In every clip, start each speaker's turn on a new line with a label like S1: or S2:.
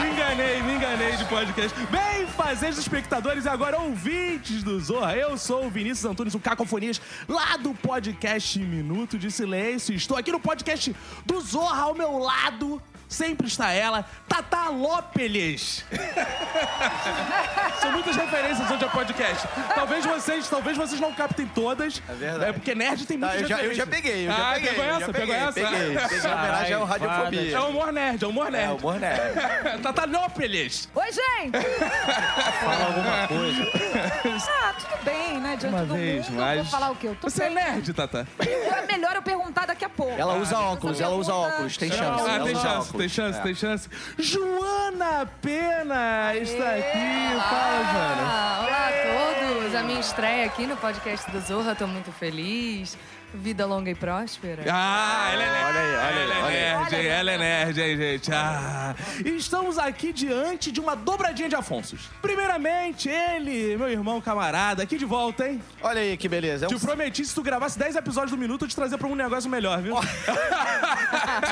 S1: me enganei, me enganei de podcast. Bem, fazendo espectadores e agora ouvintes do Zorra. Eu sou o Vinícius Antunes, o Cacofonias, lá do podcast Minuto de Silêncio. Estou aqui no podcast do Zorra, ao meu lado. Sempre está ela, Tata Lópeles. São muitas referências hoje a podcast. Talvez vocês, talvez vocês não captem todas. É
S2: verdade. Tá,
S1: porque nerd tem muitas
S2: eu já- eu
S1: referências.
S2: já peguei, eu já
S1: ah,
S2: peguei,
S1: Pegou
S2: eu já
S1: essa, pegou
S2: peguei,
S1: essa?
S2: peguei. Peguei a homenagem ao
S1: Caralho,
S2: Radiofobia.
S1: É o humor nerd, é o humor nerd.
S2: É, o humor nerd.
S1: Tatanópolis!
S3: Oi, gente!
S4: Fala alguma coisa.
S3: Ah, tudo bem, né? Diante
S1: Uma
S3: do
S1: vez
S3: mundo,
S1: mais.
S3: vou falar o quê? Eu tô
S1: Você é
S3: bem.
S1: nerd, Tata.
S3: É melhor eu perguntar daqui a pouco.
S2: Ela usa óculos, ela usa
S3: pergunta-
S2: óculos, tem chance.
S1: Ah,
S2: ela
S1: tem chance,
S2: usa
S1: tem
S2: óculos.
S1: chance,
S2: É.
S1: tem chance. Joana Pena está aqui. Fala, Joana.
S5: Ah, olá a todos! A minha estreia aqui no podcast do Zorra, tô muito feliz. Vida longa e próspera.
S1: Ah, ela é nerd.
S2: Olha aí, olha aí,
S1: ela
S2: olha aí.
S1: é nerd, ela é nerd, hein, gente. Ah. Estamos aqui diante de uma dobradinha de Afonsos. Primeiramente, ele, meu irmão camarada, aqui de volta, hein?
S2: Olha aí que beleza. É
S1: Te
S2: um
S1: prometi, se tu gravasse 10 episódios do minuto, eu te trazia pra um negócio melhor, viu?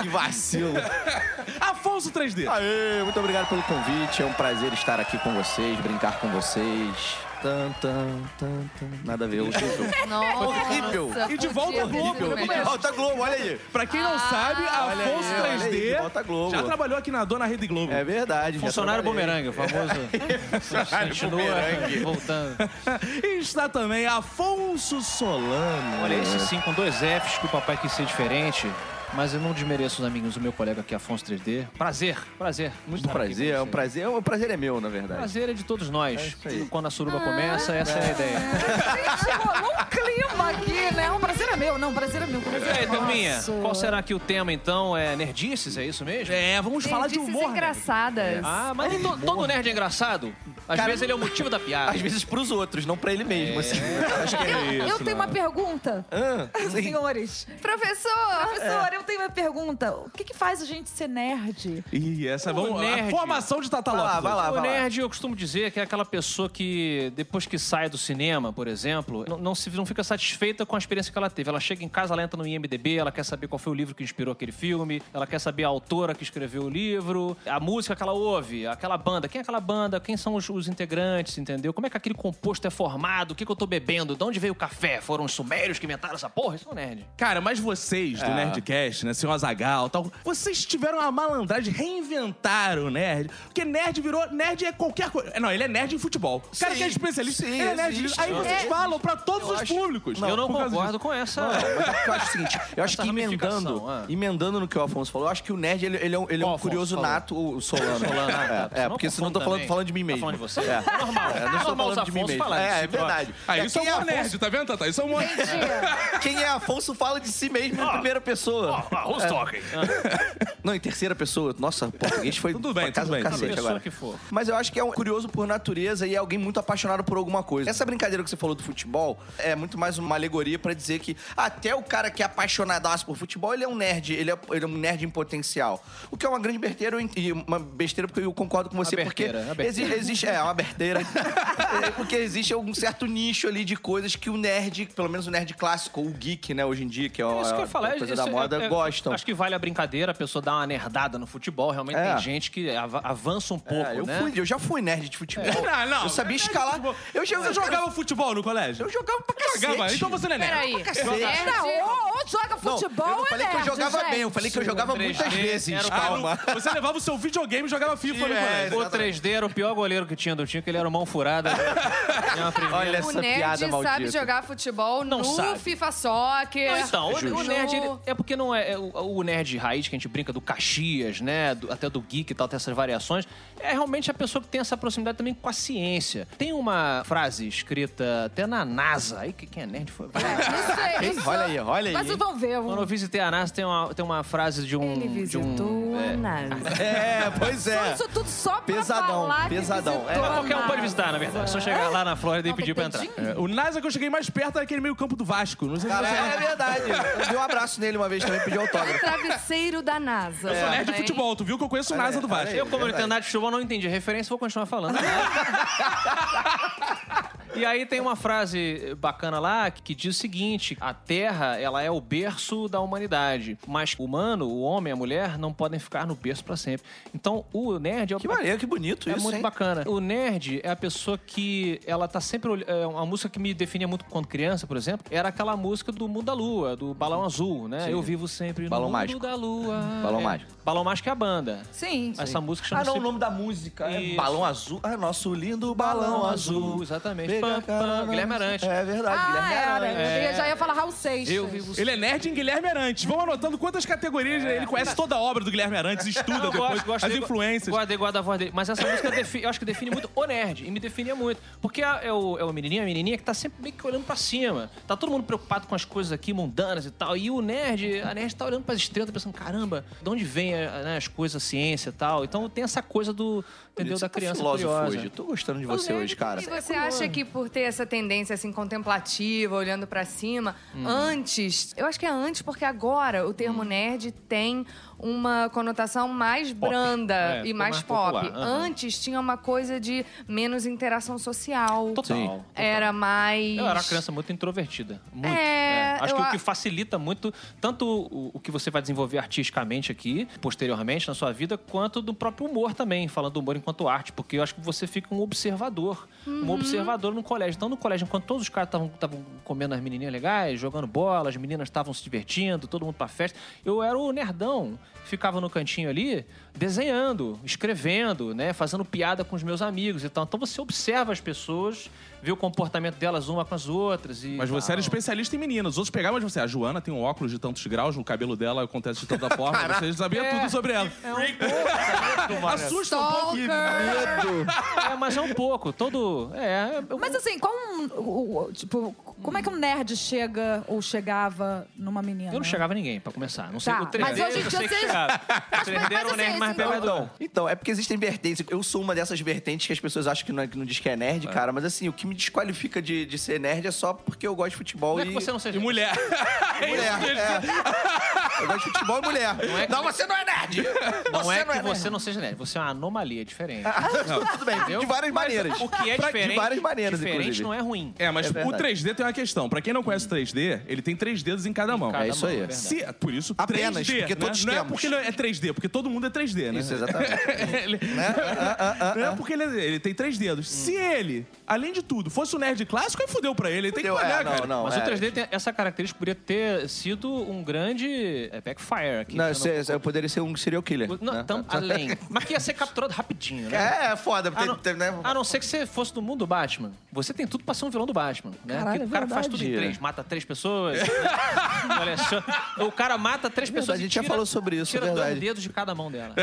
S2: que vacilo.
S1: Afonso 3D.
S2: Aê, muito obrigado pelo convite. É um prazer estar aqui com vocês, brincar com vocês. Tan, tan, tan, tan. Nada a ver, eu sou
S5: Nossa,
S2: Horrível.
S1: Ah, E de volta
S5: podia
S1: ao Globo,
S5: ter sido
S1: né?
S5: melhor.
S2: Volta Globo, olha aí.
S1: Pra quem não sabe,
S2: Ah, olha aí,
S1: Afonso
S2: olha aí,
S1: 3D
S2: de volta à Globo.
S1: já trabalhou aqui na Dona Rede Globo.
S2: É verdade. já
S4: Funcionário
S2: trabalhei.
S4: bumerangue, o famoso. Continua voltando.
S1: E está também Afonso Solano.
S4: Olha, esse sim, com dois Fs, que o papai quis ser diferente. Mas eu não desmereço os amiguinhos do meu colega aqui, Afonso 3D. Prazer, prazer.
S2: Muito
S4: estar aqui
S2: prazer,
S4: com
S2: é um
S4: vocês.
S2: prazer. O prazer é meu, na verdade.
S4: Prazer é de todos nós.
S2: isso aí.
S4: Quando a suruba começa, essa é a ideia.
S3: Gente, rolou um clima aqui, né? Um prazer é meu. Não, um prazer é meu. um prazer
S4: E
S3: é
S4: aí,
S3: meu.
S4: Thelminha,
S3: Nossa.
S4: qual será que o tema, então? É nerdices, é isso mesmo?
S1: É, vamos falar de
S5: Nerdices
S1: humor. né?
S5: engraçadas.
S4: Ah, mas nem to- todo nerd é engraçado. Às
S2: Cara,
S4: vezes ele é o motivo da piada.
S2: Às vezes pros outros, não pra ele mesmo, assim. Acho que é
S3: Eu tenho uma pergunta,
S2: Ah, sim.
S3: senhores.
S5: Professor!
S3: Professor, eu tenho uma pergunta. O que, que faz a gente ser nerd?
S1: Ih, essa
S4: Ô,
S1: vamos, a
S4: nerd.
S1: formação de Tata
S2: Vai lá,
S1: Lopes.
S2: vai lá,
S4: O
S2: Ah, vai lá.
S4: nerd, eu costumo dizer que é aquela pessoa que, depois que sai do cinema, por exemplo, não, não se, não fica satisfeita com a experiência que ela teve. Ela chega em casa, ela entra no IMDB, ela quer saber qual foi o livro que inspirou aquele filme, ela quer saber a autora que escreveu o livro, a música que ela ouve, aquela banda. Quem é aquela banda? Quem são os, os integrantes, entendeu? Como é que aquele composto é formado? O que, que eu tô bebendo? De onde veio o café? Foram os sumérios que inventaram essa porra? Isso é um nerd.
S1: Cara, mas vocês do Nerdcast, né? Senhor Azagal e tal, vocês tiveram a malandragem, reinventaram o nerd. Porque nerd virou. Nerd é qualquer coisa. Não, ele é nerd em futebol. O cara
S2: Sim,
S1: que é especialista,
S2: sim,
S1: ele é nerd.
S2: existe.
S1: Aí vocês
S2: É.
S1: falam pra todos os
S2: acho-
S1: públicos.
S4: eu não
S1: Por causa
S4: concordo com essa.
S2: Eu acho o seguinte, eu acho
S4: Essa
S2: que emendando,
S4: ramificação, ah.
S2: emendando no que o Afonso falou, eu acho que o nerd ele, ele é um, ele é um
S4: Qual Afonso
S2: curioso
S4: falou?
S2: nato, o Solano.
S4: Solano, ah, tá.
S2: é, é,
S4: Não
S2: porque senão eu tô
S4: confunda
S2: falando,
S4: também.
S2: falando de mim
S4: Tá
S2: mesmo.
S4: falando de você?
S2: É.
S4: Normal. Tá
S2: É, não estou
S4: Normal os
S2: falando de mim
S4: Afonso
S2: mesmo.
S4: falarem
S2: É, é
S4: disso, eu
S2: verdade.
S1: Ah, isso é
S2: quem
S1: um humor
S2: Afonso-
S1: nerd, tá vendo, Tata? Isso é um humor nerd.
S2: Quem é Afonso fala de si mesmo em primeira pessoa. É.
S4: Ah, who's talking?
S2: Não, em terceira pessoa. Nossa, o português foi
S1: Tudo bem,
S2: pra casa
S1: tudo bem,
S2: do
S1: tudo
S2: cacete
S1: bem.
S4: Pessoa
S2: agora.
S4: que for.
S2: Mas eu acho que é um curioso por natureza e é alguém muito apaixonado por alguma coisa. Essa brincadeira que você falou do futebol é muito mais uma alegoria pra dizer que até o cara que é apaixonadaço por futebol, ele é um nerd, ele é, ele é um nerd em potencial. O que é uma grande besteira, eu ent- e uma besteira porque eu concordo com você,
S4: Aberteira,
S2: porque
S4: aberteira.
S2: exi- existe, é uma aberteira. É, porque existe algum certo nicho ali de coisas que o nerd, pelo menos o nerd clássico, ou o geek, né, hoje em dia, que é,
S4: É isso que eu ia falar.
S2: a coisa
S4: isso
S2: da
S4: é-
S2: moda,
S4: é-
S2: gostam.
S4: Acho que vale a brincadeira, a pessoa dar uma nerdada no futebol. Realmente
S2: É.
S4: tem gente que av- avança um pouco,
S2: É, eu,
S4: né? É.
S2: fui, eu já fui nerd de futebol.
S1: Não, não.
S2: Eu sabia
S1: Nerd de
S2: escalar.
S1: futebol.
S2: Eu já
S1: Você jogava futebol no colégio?
S2: Eu jogava pra cacete.
S1: Jogava, então você não é nerd.
S5: Peraí.
S3: Não, ou, ou joga
S2: Não,
S3: futebol
S2: eu não falei
S3: ou é
S2: que eu
S3: nerd,
S2: jogava
S3: gente.
S2: bem, eu falei que eu jogava
S4: Três
S2: muitas
S4: vezes,
S2: vezes.
S4: era o
S2: Calma.
S1: Ah, não. Você levava o seu videogame e jogava FIFA no
S2: É,
S1: colégio.
S4: O 3D era o pior goleiro que tinha do time, que ele era mão furada. né? Tinha uma primeira.
S2: um- Olha
S5: O
S2: essa
S5: nerd
S2: piada
S5: sabe
S2: maldita.
S5: jogar futebol
S4: Não
S5: no
S4: sabe.
S5: FIFA Soccer.
S2: É,
S4: Não, então, o- o
S5: no-
S4: nerd ele- é porque não é, é o, o nerd raiz que a gente brinca do Caxias, né, do- até do geek e tal, tem essas variações, é realmente a pessoa que tem essa proximidade também com a ciência. Tem uma frase escrita até na NASA, aí que- quem é nerd foi.
S3: Isso,
S2: Ei,
S3: isso.
S2: olha aí, olha aí.
S3: Mas vocês vão ver.
S4: Quando eu visitei a NASA tem uma, tem uma frase de um
S5: Ele
S4: de
S5: visitou
S4: um
S5: a
S4: é,
S5: NASA.
S2: Hum, É, pois é.
S3: Então, Isso tudo só pra
S2: Pesadão,
S3: falar que
S2: pesadão.
S3: visitou
S2: É,
S3: a
S2: mas
S4: Qualquer um pode
S3: NASA.
S4: visitar, na verdade. É Só chegar lá na Flórida e
S5: Não,
S4: pedir pra
S5: tem
S4: entrar.
S5: tantinho.
S1: É, O NASA que eu cheguei mais perto era aquele meio campo do Vasco. Não sei
S2: Cara,
S1: se você
S2: é verdade. Eu dei um abraço nele uma vez também, pedi
S3: É
S2: autógrafo.
S5: Travesseiro da NASA. Eu
S1: sou nerd de futebol, tu viu que eu conheço o NASA do Vasco.
S4: Eu, como não entendo nada de futebol, não entendi a referência, vou continuar falando. E aí tem uma frase bacana lá que diz o seguinte: a Terra, ela é o berço da humanidade, mas o humano, o homem e a mulher não podem ficar no berço pra sempre. Então, o nerd é o
S2: Que maneiro, que bonito
S4: é
S2: isso,
S4: muito
S2: hein?
S4: bacana. O nerd é a pessoa que ela tá sempre olh- é uma música que me definia muito quando criança, por exemplo, era aquela música do Mundo da Lua, do Balão Azul, né?
S2: Sim.
S4: Eu vivo sempre
S2: Balão
S4: no Mundo
S2: Mágico.
S4: da Lua.
S2: Balão
S4: É.
S2: Mágico.
S4: Balão Mágico é a banda.
S5: Sim.
S4: Essa música
S2: Ah,
S4: chama-se
S2: não, o nome da música é
S4: Isso.
S2: Balão Azul. Ah, nosso lindo Balão Azul. Pega
S4: Exatamente. Pam,
S2: a cara
S4: pam,
S2: na-
S4: Guilherme Arantes.
S2: É verdade,
S3: Ah,
S2: Guilherme
S3: era.
S2: Arantes.
S3: Eu já ia falar Raul Seixas.
S4: É. Eu vivo
S1: Ele é nerd em Guilherme Arantes. Vamos anotando quantas categorias ele conhece toda a obra do Guilherme Arantes, estuda
S4: Eu
S1: depois as
S4: dele,
S1: influências.
S4: Guarda, guarda a voz dele. Mas essa música defi- eu acho que define muito o nerd. E me definia muito. Porque é, é o, é o menininho, a menininha que tá sempre meio que olhando pra cima. Tá todo mundo preocupado com as coisas aqui mundanas e tal. E o nerd, a nerd tá olhando pras estrelas, tá pensando, caramba, de onde vem a- né, as coisas, a ciência e tal. Então tem essa coisa do, entendeu,
S1: é tipo
S2: Você
S4: da
S2: tá
S1: um
S4: criança
S2: filósofo
S4: curiosa.
S2: hoje. Tô gostando de você hoje, cara.
S5: E você acha que por ter essa tendência assim contemplativa, olhando pra cima,
S4: Hum.
S5: antes, eu acho que é antes porque agora o termo nerd tem uma conotação mais branda
S4: É,
S5: e
S4: ficou
S5: mais,
S4: mais
S5: pop.
S4: popular, aham.
S5: Antes tinha uma coisa de menos interação social.
S4: Total.
S2: Sim.
S4: total.
S5: Era mais
S4: Eu era uma criança muito introvertida. Muito.
S5: É,
S4: né? Acho
S5: eu
S4: que o
S5: a-
S4: que facilita muito tanto o, o que você vai desenvolver artisticamente aqui, posteriormente na sua vida, quanto do próprio humor também, falando do humor enquanto arte, porque eu acho que você fica um observador. Um observador no colégio. Então, no colégio, enquanto todos os caras estavam comendo as menininhas legais, jogando bola, as meninas estavam se divertindo, todo mundo pra festa, eu era o nerdão. Ficava no cantinho ali, desenhando, escrevendo, né? Fazendo piada com os meus amigos e tal. Então você observa as pessoas, vê o comportamento delas uma com as outras e.
S1: Mas você era
S4: tal.
S1: especialista em meninas. Os outros pegavam mas você. A Joana tem um óculos de tantos graus, o cabelo dela acontece de tanta forma. Você sabia
S4: É.
S1: tudo sobre ela. Assusta um pouco.
S3: Stalker.
S4: É, mas é um pouco. Todo. É. é-
S3: Mas assim, qual um, o- o- tipo, como é que um nerd chega ou chegava numa menina?
S4: Eu não chegava a ninguém, pra começar.
S5: Ah,
S4: Não sei
S3: Tá,
S4: o 3D,
S3: mas hoje em
S4: eu
S3: dia
S4: sei que
S3: vocês-
S4: chegava. O 3D era
S3: mas
S4: o nerd
S3: assim,
S4: mais
S3: então-
S4: pegador.
S2: Então, é porque existem vertentes. Eu sou uma dessas vertentes que as pessoas acham que não, que não diz que é nerd, cara. Mas assim, o que me desqualifica de, de ser nerd é só porque eu gosto de futebol
S4: Não é
S2: e.
S4: que você não seja.
S1: E mulher.
S2: mulher. é. Eu gosto de futebol e mulher. Não,
S4: é que-
S2: você não é nerd!
S4: Não
S2: você
S4: é que
S2: não é nerd.
S4: você não seja nerd, você é uma anomalia diferente.
S2: Tudo bem, de várias maneiras.
S4: O que é
S2: Pra-
S4: diferente.
S2: De várias maneiras,
S4: diferente
S2: inclusive.
S4: não é ruim.
S1: É, mas
S2: É
S1: o
S2: verdade.
S1: 3D tem uma questão. Pra quem não conhece o 3D, ele tem três dedos em cada mão.
S4: Cada
S2: é isso aí.
S4: mão, é verdade.
S1: Se, é por isso,
S2: Apenas,
S1: 3D,
S2: porque
S1: né?
S2: todos
S1: Não é
S2: temos.
S1: porque ele é 3D, porque todo mundo é 3D, né?
S2: Isso, exatamente.
S1: Ele- Não é porque ele, ele tem três dedos.
S2: Hum.
S1: Se ele, além de tudo, fosse um nerd clássico, aí fudeu pra ele. Ele tem que
S2: Fudeu, é,
S1: pagar,
S2: não,
S1: cara.
S2: não,
S4: Mas
S2: é.
S4: o 3D tem essa característica poderia ter sido um grande é, backfire aqui.
S2: Não, eu,
S4: Eu
S2: sei, eu poderia ser um serial killer.
S4: Não,
S2: né?
S4: tam- além. Mas que ia ser capturado rapidinho, né?
S2: É, é foda.
S4: A
S2: tem-
S4: não,
S2: tem, né?
S4: a não ser que você fosse do mundo do Batman. Você tem tudo pra ser um vilão do Batman, né?
S2: Caralho,
S4: Porque
S2: é
S4: o cara faz
S2: verdade.
S4: tudo em três, mata três pessoas. né? Olha só. O cara mata três pessoas.
S2: É. a
S4: e
S2: gente já
S4: tira-
S2: falou sobre isso,
S4: Tira
S2: é verdade.
S4: dois dedos de cada mão dela.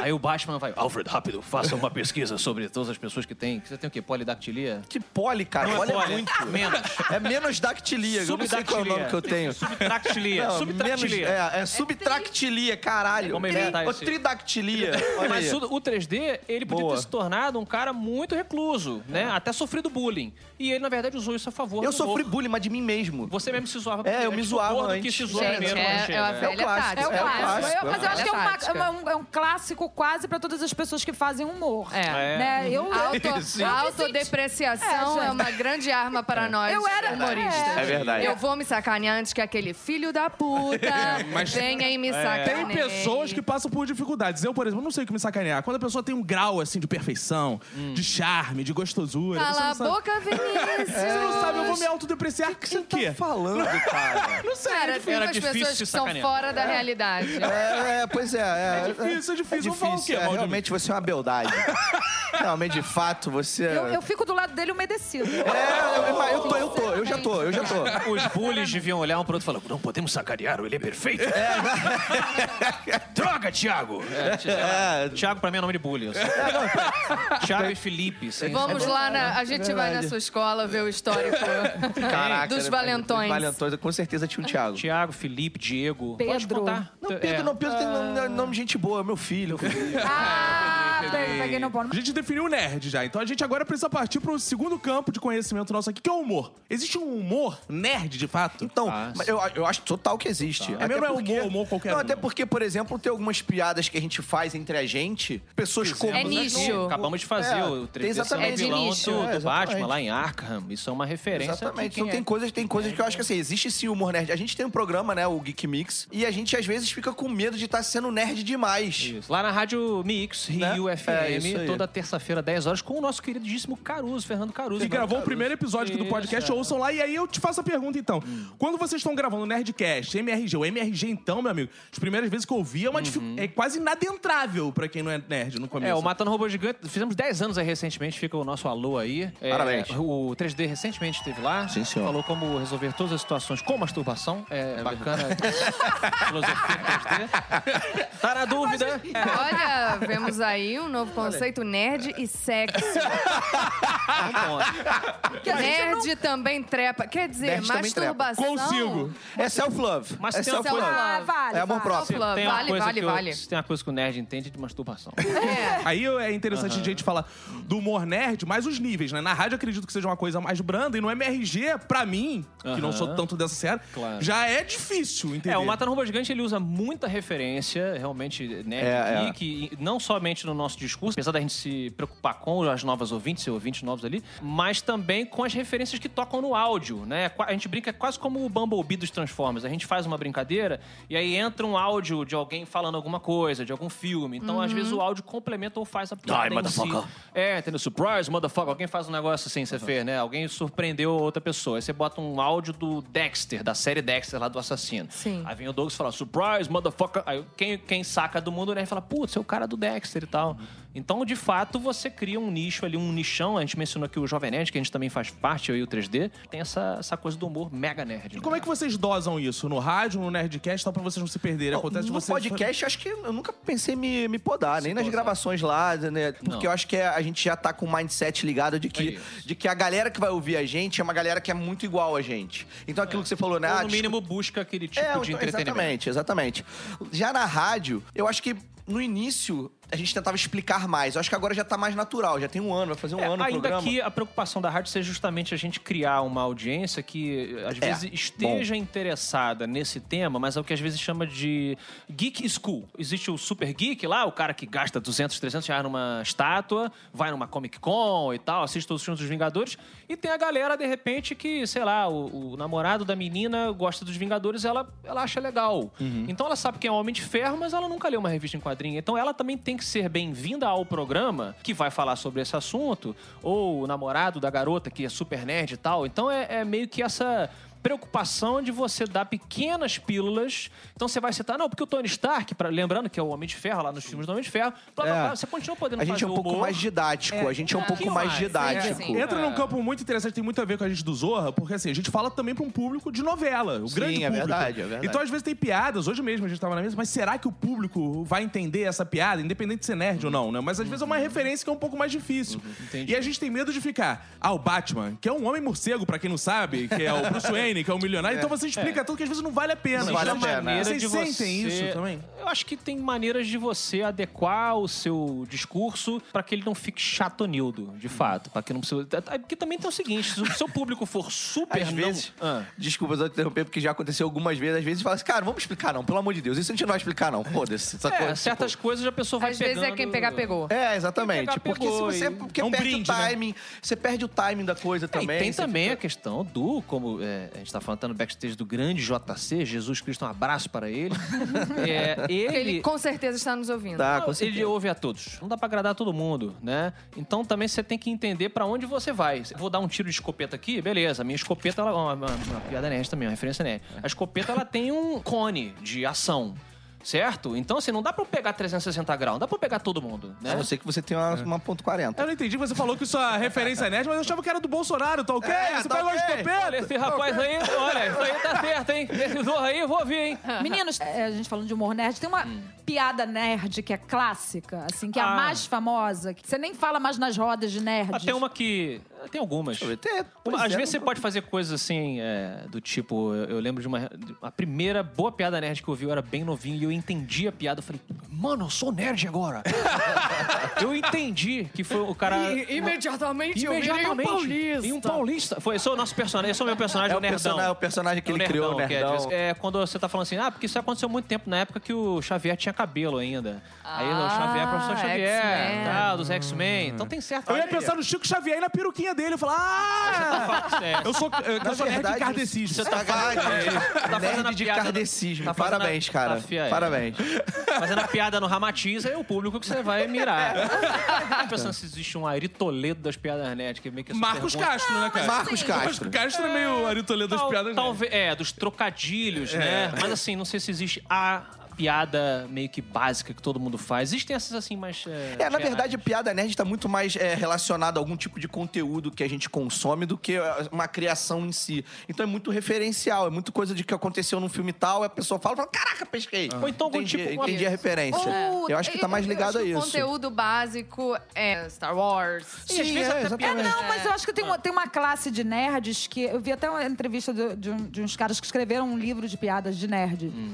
S4: Aí o Batman vai, Alfred, rápido, faça uma pesquisa sobre todas as pessoas que tem. Você tem o quê? Polidactilia?
S2: Que pole, cara.
S4: Não é
S2: Pole é
S4: pole,
S2: muito.
S4: Menos.
S2: É menos dactilia. Eu não sei qual é o
S4: Subdactilia.
S2: nome que eu tenho.
S4: Subtractilia.
S2: Não,
S4: É, Subtractilia.
S2: menos- é, é subtractilia, caralho.
S4: Vamos inventar
S2: Ô,
S4: esse-
S2: Tridactilia. Olha
S4: Mas
S2: aí.
S4: o, o 3D, ele podia
S2: Boa. É.
S4: ter se tornado um cara muito recluso, né? Até sofrido bullying. E ele, na verdade, usou isso a favor
S2: Eu
S4: do
S2: sofri
S4: humor.
S2: bullying, mas de mim mesmo.
S4: Você mesmo se zoava.
S2: É, eu me
S4: primeiro, tipo,
S2: zoava
S4: gordo
S2: antes.
S4: que se zoa
S5: Gente,
S4: primeiro quando
S5: é,
S4: chega.
S5: é uma
S2: É o
S5: velha
S2: clássico,
S5: tática.
S3: É o
S2: É o
S3: clássico.
S2: clássico,
S3: Eu- mas eu acho que é, uma-
S5: Tática.
S3: é uma- é um clássico quase pra todas as pessoas que fazem humor.
S5: É.
S3: Né? Eu,
S5: Auto- autodepreciação
S3: É,
S5: é,
S3: gente.
S5: uma grande arma para nós
S3: Eu era-
S5: humoristas.
S2: É verdade.
S5: Eu vou me sacanear antes que aquele filho da puta venha e me
S1: Tem
S5: sacaneie.
S1: pessoas que passam por dificuldades. Eu, por exemplo, não sei o que me sacanear. Quando a pessoa tem um grau, assim, de perfeição,
S2: Hum.
S1: de charme, de gostosura... você
S5: Cala
S1: não
S5: a
S1: sabe-
S5: boca, Vinícius.
S1: Você não sabe, eu vou me autodepreciar. O que,
S2: Você tá falando, cara.
S1: Não sei,
S5: Cara,
S1: é
S5: tem
S4: Era
S5: umas
S4: difícil
S5: pessoas
S4: se
S5: que são
S4: sacanear.
S5: fora da realidade.
S2: É, é, pois é. É,
S1: É difícil, é difícil. Vamos falar o
S2: difícil.
S1: quê,
S2: é,
S1: Valdir?
S2: realmente você é uma beldade. realmente, de fato, você...
S3: eu, eu fico do lado dele umedecido.
S2: É, eu, eu, eu tô, eu tô, eu já tô, eu já tô.
S4: Os bullies deviam olhar um pro outro e falar: não podemos sacanear, ele é perfeito.
S2: É.
S4: Droga, Thiago! É, Thiago- Thiago, pra mim, é nome de bullying. eu sei. Thiago e Felipe. assim. sem-
S5: Vamos lá, na- a gente vai na
S2: verdade.
S5: sua escola ver o histórico
S2: Caraca.
S5: dos
S2: né?
S5: valentões.
S2: Dos valentões, com certeza tinha um Thiago.
S4: Thiago, Felipe, Diego.
S3: Pedro.
S4: Pode contar.
S2: Não, Pedro
S4: É.
S2: não, Pedro tem nome, nome de gente boa, é meu filho.
S3: Ah, Ah, peguei, peguei no pau.
S1: A gente definiu o nerd já, então a gente agora precisa partir pro segundo campo de conhecimento nosso aqui, que é o humor. Existe um humor nerd, de fato?
S2: Então,
S4: Ah,
S2: mas eu, eu acho total que existe.
S1: É mesmo, é humor, humor qualquer
S2: Não,
S1: um.
S2: até porque, por exemplo, tem algumas piadas que a gente faz entre a gente, pessoas como. né?
S5: É
S1: né?
S5: nicho.
S4: Acabamos de fazer
S2: É,
S4: o
S2: tem exatamente.
S4: é
S5: É de
S4: vilão
S5: nicho.
S4: do,
S2: É,
S4: do Batman
S2: exatamente.
S4: lá em Arkham. Isso é uma referência.
S2: Exatamente.
S4: aqui,
S2: Então
S4: quem
S2: tem
S4: é?
S2: coisas, tem coisas que eu acho que assim, existe sim o humor nerd. A gente tem um programa, né, o Geek Mix, e a gente às vezes fica com medo de estar sendo nerd demais.
S4: Isso. Lá na Rádio Mix,
S2: Né?
S4: Rio
S2: É, isso
S4: FM,
S2: aí.
S4: toda terça-feira, 10 horas, com o nosso queridíssimo Caruso, Fernando Caruso.
S1: Que gravou o primeiro episódio aqui do
S4: Isso,
S1: podcast,
S4: é.
S1: ouçam lá. E aí eu te faço a pergunta, então. Quando vocês estão gravando Nerdcast, MRG, o MRG, então, meu amigo, as primeiras vezes que eu ouvi é, uma dificu- é quase inadentrável pra quem não é nerd no começo.
S4: Uhum. É, o Matando Robô Gigante, fizemos 10 anos aí recentemente, fica o nosso alô aí. É,
S2: Parabéns.
S4: O 3D recentemente esteve lá.
S2: Sim, senhor.
S4: Falou como resolver todas as situações com masturbação. É bacana. Filosofia 3D. Tá na dúvida?
S5: Olha, vemos aí um novo conceito, nerd e sexo.
S4: Então,
S3: Que a gente não
S5: Nerd também trepa. Quer dizer,
S2: Nerd também trepa.
S5: masturbação...
S1: Consigo.
S2: É self-love.
S4: Mas
S2: é
S4: tem um uma
S2: self-love.
S4: coisa-
S3: Ah, vale.
S2: É amor
S3: vale.
S2: próprio.
S5: Flá,
S4: Tem uma
S5: vale,
S4: coisa
S5: vale,
S4: que eu-
S5: vale.
S4: tem uma coisa que o nerd entende de masturbação.
S5: É.
S1: Aí é interessante a gente falar do humor nerd, mas os níveis, né? Na rádio eu acredito que seja uma coisa mais branda, e no MRG, pra mim, que não
S4: Aham.
S1: sou tanto dessa série,
S4: Claro.
S1: já é difícil entender.
S4: É, o Matando Robô Gigante ele usa muita referência, realmente, nerd
S2: É,
S4: geek, e não somente no nosso discurso, apesar da gente se preocupar com as novas ouvintes, e ouvintes novos ali, mas também com as referências que tocam no áudio, né? Qua- A gente brinca quase como o Bumblebee dos Transformers. A gente faz uma brincadeira e aí entra um áudio de alguém falando alguma coisa, de algum filme. Então, às vezes, o áudio complementa ou faz a piada em si. É, entendeu? Surprise, motherfucker. Alguém faz um negócio assim, você fez, né? Alguém surpreendeu outra pessoa. Aí você bota um áudio do Dexter, da série Dexter lá do assassino.
S5: Sim.
S4: Aí vem o Douglas e fala, surprise, motherfucker. Aí quem, quem saca do mundo, né, fala, putz, é o cara do Dexter e tal. Então, de fato, você cria um nicho ali, um nichão. A gente mencionou aqui o Jovem Nerd, que a gente também faz parte, eu e o 3D. Tem essa, essa coisa do humor mega nerd. né?
S1: E como é que vocês dosam isso? No rádio, no Nerdcast, tal, pra vocês não se perderem? Acontece de
S2: no
S1: vocês...
S2: podcast, acho que eu nunca pensei em me, me podar, nem nas gravações lá, né? Porque
S4: Não.
S2: eu acho que é- a gente já tá com o mindset ligado de
S4: É
S2: que,
S4: isso.
S2: de que a galera que vai ouvir a gente é uma galera que é muito igual a gente. Então aquilo que você falou, né?
S4: É. Ou,
S2: ah,
S4: no
S2: discu-
S4: mínimo, busca aquele tipo
S2: É,
S4: de
S2: então, exatamente,
S4: entretenimento.
S2: exatamente. Já na rádio, eu acho que no início a gente tentava explicar mais. Eu acho que agora já tá mais natural, já tem um ano, vai fazer um
S4: É,
S2: ano o
S4: ainda
S2: programa.
S4: que a preocupação da rádio seja justamente a gente criar uma audiência que às
S2: É,
S4: vezes esteja interessada nesse tema, mas é o que às vezes chama de geek school. Existe o super geek lá, o cara que gasta 200, 300 reais numa estátua, vai numa Comic Con e tal, assiste todos os filmes dos Vingadores, e tem a galera, de repente, que, sei lá, o, o namorado da menina gosta dos Vingadores e ela, ela acha legal. Então ela sabe quem é o Homem de Ferro, mas ela nunca leu uma revista em quadrinho. Então ela também tem que ser bem-vinda ao programa que vai falar sobre esse assunto, ou o namorado da garota que é super nerd e tal. Então é, é meio que essa preocupação de você dar pequenas pílulas. Então você vai citar, não, porque o Tony Stark, pra- lembrando que é o Homem de Ferro lá nos filmes do Homem de Ferro, blá, blá,
S2: É.
S4: blá, você continua podendo
S2: A gente
S4: fazer
S2: é um pouco
S4: humor.
S2: mais didático, a gente é assim, um pouco
S4: pouquinho
S2: mais
S4: mais, sim,
S2: didático.
S5: sim.
S1: tipo, Entra num campo muito interessante, tem muito a ver com a gente do Zorra, porque assim, a gente fala também pra um público de novela, o
S2: Sim,
S1: grande
S2: é
S1: público.
S2: verdade, é verdade.
S1: Então às vezes tem piadas, hoje mesmo a gente tava na mesa, mas será que o público vai entender essa piada, independente de ser nerd ou não, né? Mas às vezes é uma referência que é um pouco mais difícil.
S4: entendi.
S1: E a gente tem medo de ficar, ah, o Batman, que é um homem morcego, pra quem não sabe, que é o Bruce Wayne, que é um milionário, então você explica tudo que às vezes não vale a pena.
S2: Não vale a
S1: Existe uma
S2: pena, né?
S1: maneira
S4: maneira
S1: Vocês
S4: de
S1: sentem
S4: você-
S1: isso também?
S4: Eu acho que tem maneiras de você adequar o seu discurso pra que ele não fique chatonildo, de fato. Pra que não precisa... Ah, Porque também tem o seguinte, se o seu público for super...
S2: Às
S4: não-
S2: vezes,
S4: Ah.
S2: desculpa eu interromper, porque já aconteceu algumas vezes, às vezes fala assim, cara, vamos explicar não, pelo amor de Deus, isso a gente não vai explicar não, foda-se. essa
S4: É,
S2: coisa, tipo,
S4: certas coisas a pessoa vai
S5: Às vezes é quem
S4: pegando-
S5: pegar, pegou.
S2: É, exatamente.
S4: Pegar,
S2: porque
S4: pegou
S2: se você
S4: e-
S2: porque
S1: É um
S2: perde
S1: brinde,
S2: o
S1: né?
S2: timing, você perde o timing da coisa
S4: É, e
S2: também.
S4: tem
S2: você
S4: também
S2: fica-
S4: a questão do, como é, a gente tá falando, tá no backstage do grande JC, Jesus Cristo, um abraço para ele. É,
S5: Porque ele com certeza está nos ouvindo.
S2: Tá,
S4: Não,
S2: com
S4: ele
S2: certeza.
S4: ouve a todos. Não dá pra agradar todo mundo, né? Então também você tem que entender pra onde você vai. Eu Vou dar um tiro de escopeta aqui, beleza. Minha escopeta, ela. Uma, uma, uma piada nerd também, uma referência nerd. A escopeta, ela tem um cone de ação. Certo? Então, assim, não dá pra eu pegar 360 graus, não dá pra eu pegar todo mundo, né?
S2: A não ser que você tenha uma, uma ponto 40.
S1: Eu não entendi, você falou que isso é referência nerd, mas eu achava que era do Bolsonaro, tá ok?
S2: É,
S1: você
S2: tá
S1: pegou a
S2: ok.
S1: estopeta?
S4: Olha, esse rapaz aí, olha, isso aí tá certo. certa, hein? Zorra aí, eu vou ouvir, hein?
S3: Meninos, é, a gente falando de humor nerd, tem uma piada nerd que é clássica, assim, que é
S4: Hum. Ah.
S3: a mais famosa. que Você nem fala mais nas rodas de nerds.
S4: Ah, tem uma que. Tem algumas.
S2: Deixa eu ver, tem-
S4: Uma-
S2: pois
S4: às
S2: é,
S4: vezes
S2: não-
S4: você pode fazer coisas assim, é, do tipo, eu, eu lembro de uma. de- A primeira boa piada nerd que eu vi, eu era bem novinho e eu entendi a piada. Eu falei, mano, eu sou nerd agora. eu entendi que foi o cara.
S5: imediatamente,
S2: um
S4: E um paulista. Foi, eu sou o nosso personagem, eu sou o meu personagem,
S2: É
S4: o
S2: o
S4: nerdão.
S2: personagem- o personagem que ele criou, o
S4: que é,
S2: nerdão.
S4: às vezes, É, quando você tá falando assim, ah, porque isso aconteceu muito tempo, na época que o Xavier tinha cabelo ainda. Aí o
S5: Ah,
S4: Xavier, é professor Xavier,
S5: X-Men.
S4: tal, dos X-Men. Então tem certo.
S1: Eu ia pensar no Chico Xavier e na peruquinha dele. Eu falar,
S2: tá
S1: ah! Eu sou, eu
S2: Na
S1: sou nerd
S2: verdade,
S1: kardecismo.
S2: você tá
S4: Tá É, fazendo a
S2: nerd de
S4: piada-
S2: kardecismo.
S4: tá fazendo a-
S2: Parabéns, cara.
S4: tá fia-
S2: Parabéns.
S4: Fazendo a piada no Ramatiz, é o público que você vai mirar. Tô pensando se existe um Ari Toledo das piadas nerd, que é meio que essa
S1: Marcos
S4: pergunta.
S1: Castro, né, cara?
S2: Marcos Castro.
S1: Marcos Castro é meio Aritoledo das
S4: Tal-
S1: piadas. É. né?
S4: Talvez, é, dos trocadilhos, né? Mas assim, não sei se existe a piada meio que básica que todo mundo faz. Existem essas assim, mais.
S2: É, na verdade, a piada nerd tá muito mais é, relacionada a algum tipo de conteúdo que a gente consome do que é, uma criação em si. Então é muito referencial, é muito coisa de que aconteceu num filme tal, e a pessoa fala, fala caraca, pesquei.
S4: Ou então algum
S2: entendi,
S4: tipo- uma-
S2: entendi a referência.
S5: Ou-
S2: Eu acho que tá mais
S5: É. eu
S2: ligado
S5: acho
S2: a
S5: que O
S2: isso.
S5: conteúdo básico é Star Wars.
S4: Sim, às
S2: é,
S4: vezes até piada. É. Ah.
S2: exatamente.
S4: nerd.
S3: Não, mas eu acho que tem, uma, tem uma classe de nerds que. Eu vi até uma entrevista do- de, um- de uns caras que escreveram um livro de piadas de nerd.
S4: Hum.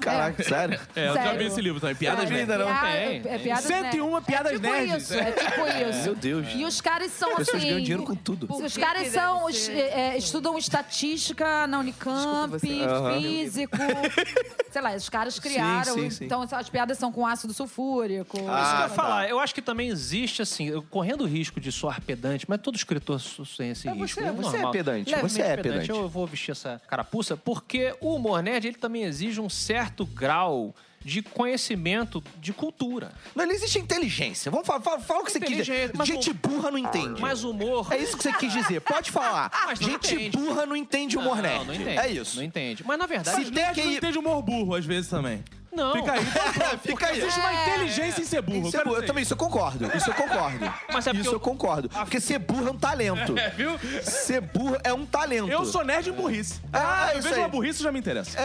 S2: Caraca, sério.
S1: É, eu já
S3: Sério.
S1: vi esse livro também. Piadas
S3: Sério,
S1: nerds.
S4: não
S3: piada-
S4: tem,
S3: É,
S4: tem.
S3: piadas
S1: 101
S3: nerds.
S1: piadas
S3: é tipo
S1: um nerds.
S3: Isso, é tipo isso.
S2: Meu Deus.
S3: E os caras são assim.
S2: Pessoas ganham dinheiro com tudo.
S5: Por
S3: Os
S5: que
S3: caras
S5: que
S3: são,
S5: deve
S3: es-
S5: ser?
S3: é, é, estudam estatística na Unicamp,
S5: Desculpa você.
S3: físico. Sei lá, os caras criaram.
S2: sim, sim.
S3: Então as piadas são com ácido sulfúrico.
S4: Isso que eu
S2: Ah,
S4: ia falar, eu acho que também existe, assim, eu correndo o risco de soar pedante, mas todo escritor su- tem esse
S2: Mas
S4: risco. né?
S2: você- você é
S4: normal.
S2: pedante,
S4: Levemente
S2: você é pedante.
S4: Eu vou vestir essa carapuça, porque o humor nerd, ele também exige um certo grau de conhecimento de cultura.
S2: Não, ele existe inteligência. Vamos falar, fala, fala o que você quiser.
S4: Inteligente, mas
S2: Gente
S4: o-
S2: burra não entende.
S4: Mas o humor...
S2: É isso que você quis dizer. Pode falar.
S4: Mas não
S2: Gente
S4: entende.
S2: burra não entende humor nerd.
S4: Não, não entende.
S2: É isso.
S4: Não entende. Mas, na
S1: Mas
S4: verdade,
S2: Se tem
S1: nerd
S2: que-
S1: não entende humor burro, às vezes, também.
S4: não.
S1: Fica aí.
S2: Fica aí.
S1: Existe uma inteligência em ser burro.
S2: Isso é
S1: cara,
S2: burro.
S1: não
S2: Eu também, isso eu concordo. Isso eu concordo.
S4: Uhum. Mas é porque
S2: isso eu
S4: eu-
S2: concordo. Porque ser burro é um talento.
S1: sei. Viu?
S2: Ser burro é um talento.
S1: Eu sou nerd em burrice.
S2: Ah,
S1: eu
S2: isso
S1: vejo
S2: aí.
S1: uma burrice e já me interessa.
S4: tá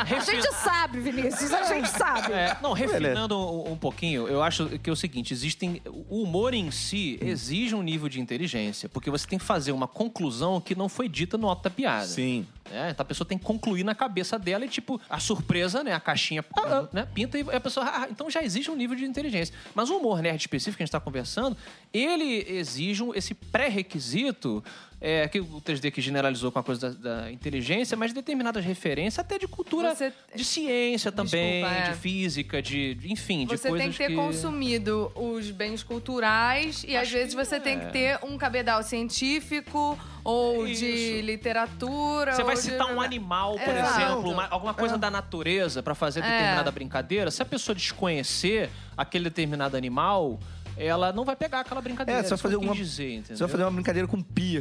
S3: A gente sabe, Vinícius, a gente sabe.
S4: É, não, refinando um, um pouquinho, eu acho que é o seguinte: existem. O humor em si exige um nível de inteligência, porque você tem que fazer uma conclusão que não foi dita no alto da piada.
S1: Sim.
S4: né? Então a pessoa tem que concluir na cabeça dela e, tipo, a surpresa, né? A caixinha ah, ah, né? pinta e a pessoa. Ah, então já exige um nível de inteligência. Mas o humor nerd específico que a gente tá conversando, ele exige um- esse pré-requisito. é, que o 3D que generalizou com a coisa da, da inteligência, mas determinadas referências, até de cultura,
S5: Você-
S4: de ciência também,
S5: Desculpa, é.
S4: de física, de, de- enfim, de
S5: Você
S4: coisas
S5: tem que ter consumido os bens culturais e às vezes você tem que ter um cabedal científico
S2: É
S5: ou de
S4: Isso.
S5: literatura.
S4: Você vai
S5: ou de- né?
S4: citar um animal, por
S5: Exato. Ah. É.
S4: exemplo, uma- alguma coisa da natureza pra fazer determinada brincadeira. Se a pessoa desconhecer aquele determinado animal, ela não vai pegar aquela brincadeira.
S2: É, você vai
S4: Isso que
S2: fazer
S4: eu quis
S2: uma,
S4: dizer, entendeu?
S2: você vai fazer uma brincadeira com pi,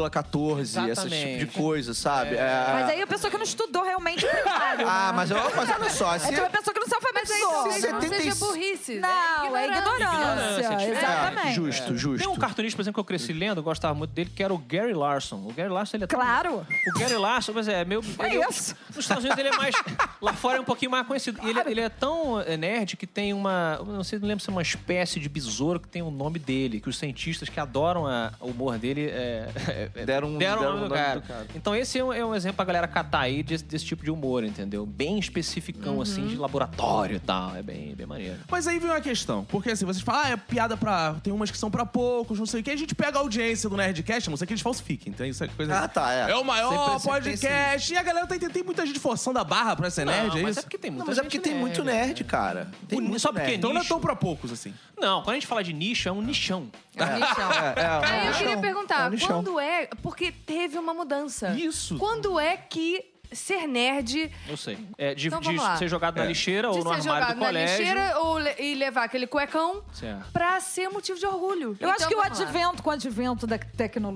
S2: 3,14, esse tipo de
S4: Exatamente.
S2: coisa, sabe? É.
S3: Mas aí a pessoa que não estudou realmente o
S4: é-
S3: primário.
S2: Ah,
S3: né?
S2: mas, eu- mas olha só,
S3: É
S2: se,
S3: tipo a pessoa que não se
S5: Mas aí talvez
S3: alfabetizou.
S2: Você-
S5: não
S2: 70 e-
S5: seja burrice.
S3: Não, é ignorância.
S4: Ignorância, tipo-
S2: É,
S3: Exatamente.
S2: justo,
S4: Tem
S2: justo.
S4: um cartunista, por exemplo, que eu cresci lendo, eu gostava muito dele, que era o Gary Larson. O Gary Larson, ele é tão-
S3: Claro.
S4: O Gary Larson, mas é, meu. ele-
S3: isso.
S4: Nos Estados Unidos ele é mais. Lá fora é um pouquinho mais conhecido. E ele, ele é tão é, nerd que tem uma. eu Não sei, não lembro se é uma espécie de besouro que tem o nome dele, que os cientistas que adoram a- o humor dele é, é,
S2: Deram um-
S4: deram,
S2: deram
S4: o nome do cara. Então esse é um, é um exemplo pra galera catar aí desse, desse tipo de humor, entendeu? Bem
S5: Uhum.
S4: especificão, assim, de laboratório e tal. É bem, bem maneiro.
S1: Mas aí vem uma questão, porque assim, vocês falam, ah, é piada pra. Tem umas que são pra poucos, não sei o quê. A gente pega a audiência do Nerdcast, a não sei que eles falsifiquem, então isso é coisa.
S2: Ah, tá, é.
S1: É o maior
S2: Sempre- sempre tem esse
S1: podcast. E a galera tá entendendo, tem muita gente forçando a barra pra ser nerd,
S4: Não,
S1: é
S4: mas
S1: isso?
S4: é porque tem muita
S2: Não, mas é porque
S4: gente né?
S2: tem muito nerd, cara. Tem
S4: O-
S2: muito
S4: só porque-
S2: nerd.
S1: Então não é
S4: nicho.
S1: tão pra poucos, assim.
S4: Não, quando a gente fala de nicho, é um nichão.
S5: É lixão.
S2: É, é,
S5: Aí eu
S2: lixão,
S5: queria
S2: é um
S5: perguntar,
S2: lixão.
S5: quando é. Porque teve uma mudança.
S1: Isso.
S5: Quando é que ser nerd.
S4: Eu sei. É, de,
S5: Então
S4: de
S5: vamos lá.
S4: ser jogado na lixeira
S5: de
S4: ou no
S5: ser
S4: armário
S5: jogado
S4: do
S5: na
S4: colégio. é.
S5: lixeira ou le- e levar aquele cuecão
S4: Certo.
S5: pra ser motivo de orgulho.
S3: Eu acho
S5: Então,
S3: que o
S5: vamos lá. Hum.
S3: advento, com o advento da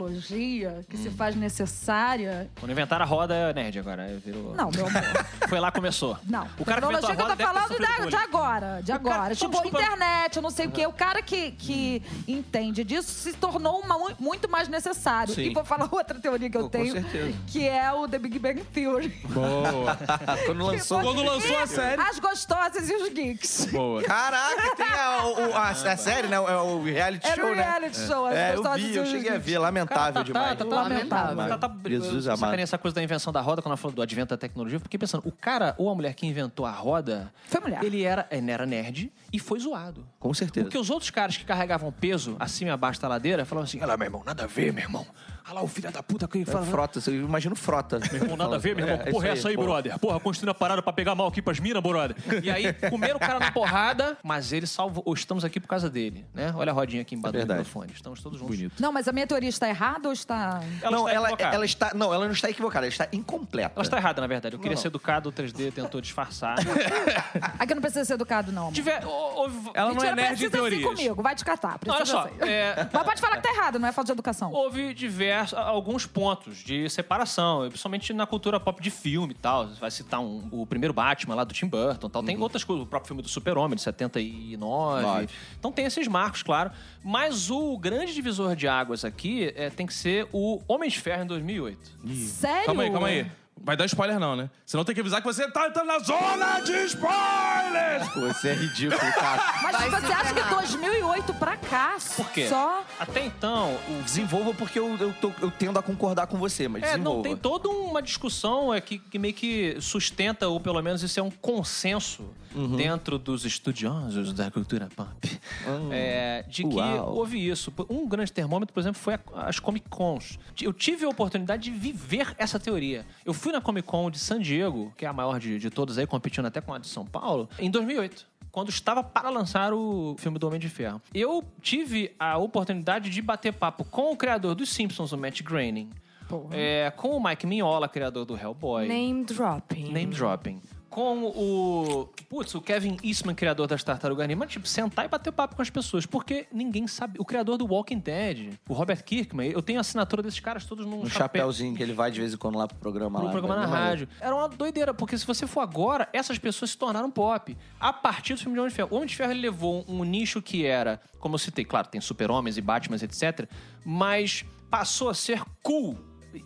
S3: tecnologia que se faz necessária.
S4: Quando inventaram a roda, é nerd agora. é, Virou...
S3: Não, meu amor.
S4: Foi lá, começou.
S3: Não.
S4: O cara que
S3: tecnologia
S4: inventou a
S3: que
S4: roda deve ter
S3: eu tô falando
S4: sofrido
S3: da-
S4: bullying.
S3: de agora, de agora.
S4: cara-
S3: tipo,
S4: desculpa.
S3: internet, eu não sei o quê. O cara que, que entende disso se tornou uma- muito mais necessário.
S2: Sim.
S3: E vou falar outra teoria que eu
S2: Com
S3: tenho,
S2: certeza.
S3: que é o The Big Bang Theory.
S1: Boa.
S2: Ah, Quando lançou.
S1: Quando lançou a série.
S3: As gostosas e os geeks.
S1: Boa.
S2: Caraca, tem a, o- o- a- a série, né? É o reality
S3: É
S2: show,
S3: o
S2: né?
S3: reality show. As
S2: É, eu
S3: gostosas
S2: vi,
S3: e
S2: eu
S3: os
S2: cheguei a
S3: geeks.
S2: ver. Lamentável demais.
S4: tá,
S3: Lamentável.
S4: Tá, tá,
S2: Jesus
S4: eu,
S2: amado.
S4: essa coisa da invenção da roda, quando ela falou do advento da tecnologia, eu fiquei pensando, o cara ou a mulher que inventou a roda...
S3: Foi mulher.
S4: Ele era, é, ele era nerd e foi zoado.
S2: Com certeza.
S4: Porque os outros caras que carregavam peso acima e abaixo da ladeira falavam assim: olha lá, meu irmão, nada a ver, meu irmão. Olha lá o filho da puta que
S2: É
S4: fala.
S2: frota, eu imagino frota.
S4: Meu irmão, nada a ver, meu irmão. porra, é essa aí, brother. Porra, construindo a parada pra pegar mal aqui pras minas, brother. E aí, comeram o cara na porrada, mas ele salvou. ou Estamos aqui por causa dele, né? Olha a rodinha aqui embaixo do
S2: Verdade.
S4: microfone. Estamos todos juntos. Bonito.
S3: Não, mas a minha teoria está errada ou está.
S4: Ela é-
S2: não,
S4: está
S2: ela,
S4: equivocada.
S2: ela está. Não, ela não está equivocada, ela está incompleta.
S4: Ela está errada, na verdade. Eu queria ser educado, o 3D tentou disfarçar.
S3: Aqui É não precisa ser educado, não. Amor.
S4: Tiver, ou- ou-
S1: Ela não
S3: Mentira,
S1: é nerd em
S3: precisa assim
S1: teorias.
S3: comigo, vai te catar.
S4: Não,
S3: precisa
S4: olha só.
S3: assim.
S4: é,
S3: Mas pode falar que tá errado, não é falta de educação.
S4: houve diversos, alguns pontos de separação, principalmente na cultura pop de filme e tal. Você vai citar um- o primeiro Batman lá do Tim Burton e tal. Tem outras coisas, o próprio filme do Super-Homem, de 79.
S2: Nove.
S4: Então tem esses marcos, claro. Mas o grande divisor de águas aqui é, tem que ser o Homem de Ferro em 2008.
S2: é
S3: Sério?
S1: Calma aí, calma aí. Vai dar spoiler não, né? Senão tem que avisar que você tá entrando na zona de spoilers!
S2: Você é ridículo, cara.
S3: Mas
S5: Vai
S3: você
S5: se
S3: acha que
S5: enganar.
S3: 2008 pra cá?
S4: Por quê?
S3: Só.
S4: Até então, o
S2: Desenvolva porque eu, eu, tô- eu tendo a concordar com você, mas
S4: É,
S2: desenvolva. Um
S4: não, tem toda uma discussão é, que, que meio que sustenta, ou pelo menos isso é um consenso dentro dos estudiosos da cultura pop, é, de que
S2: Uau.
S4: houve isso. Um grande termômetro, por exemplo, foi a- as Comic Cons. Eu tive a oportunidade de viver essa teoria. Eu fui na Comic Con de San Diego, que é a maior de, de todas aí, competindo até com a de São Paulo, em 2008 quando estava para lançar o filme do Homem de Ferro. Eu tive a oportunidade de bater papo com o criador dos Simpsons, o Matt Groening. É, com o Mike Mignola, criador do Hellboy.
S5: Name dropping.
S4: Name dropping. Uhum. Com o. Putz, o Kevin Eastman, criador das Tartarugas Ninja, tipo, sentar e bater papo com as pessoas. Porque ninguém sabe. O criador do Walking Dead, o Robert Kirkman, eu tenho a assinatura desses caras todos num
S2: Um
S4: chapéu
S2: chapéuzinho que ele vai de vez em quando lá pro programa
S4: pro
S2: lá.
S4: programa
S2: né?
S4: na
S2: Não,
S4: rádio. Era uma doideira, porque se você for agora, essas pessoas se tornaram pop. A partir do filme de Homem de Ferro. O Homem de Ferro ele levou um nicho que era, como eu citei, claro, tem super-homens e Batmans, etc. Mas passou a ser cool.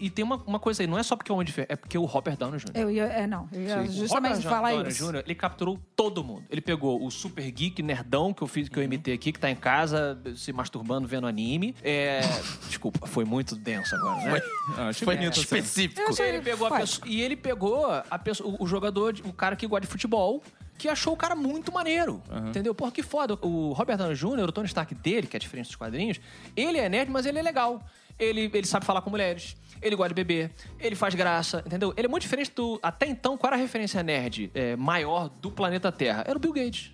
S4: E tem uma, uma coisa aí, não é só porque é o Homem de Ferro, é porque o Robert Downey Jr.
S3: Eu ia. É, não. Eu ia
S4: O
S3: justamente
S4: Robert
S3: falar
S4: Downey
S3: isso.
S4: Jr., ele capturou todo mundo. Ele pegou o super geek nerdão que eu fiz, que eu imitei aqui, que tá em casa se masturbando vendo anime. É, desculpa, foi muito denso agora, né?
S1: Ah, achei
S2: Foi
S1: bonito, assim.
S2: específico.
S3: Eu achei-
S4: Então Ele pegou a
S3: Vai.
S4: pessoa- e ele pegou a pessoa- o jogador, de- o cara que gosta de futebol, que achou o cara muito maneiro. Entendeu? Porra, que foda. O Robert Downey Jr., o Tony Stark dele, que é diferente dos quadrinhos, ele é nerd, mas ele é legal. Ele, ele sabe falar com mulheres, ele gosta de beber, ele faz graça, entendeu? Ele é muito diferente do. Até então, qual era a referência nerd é, maior do planeta Terra? Era o Bill Gates.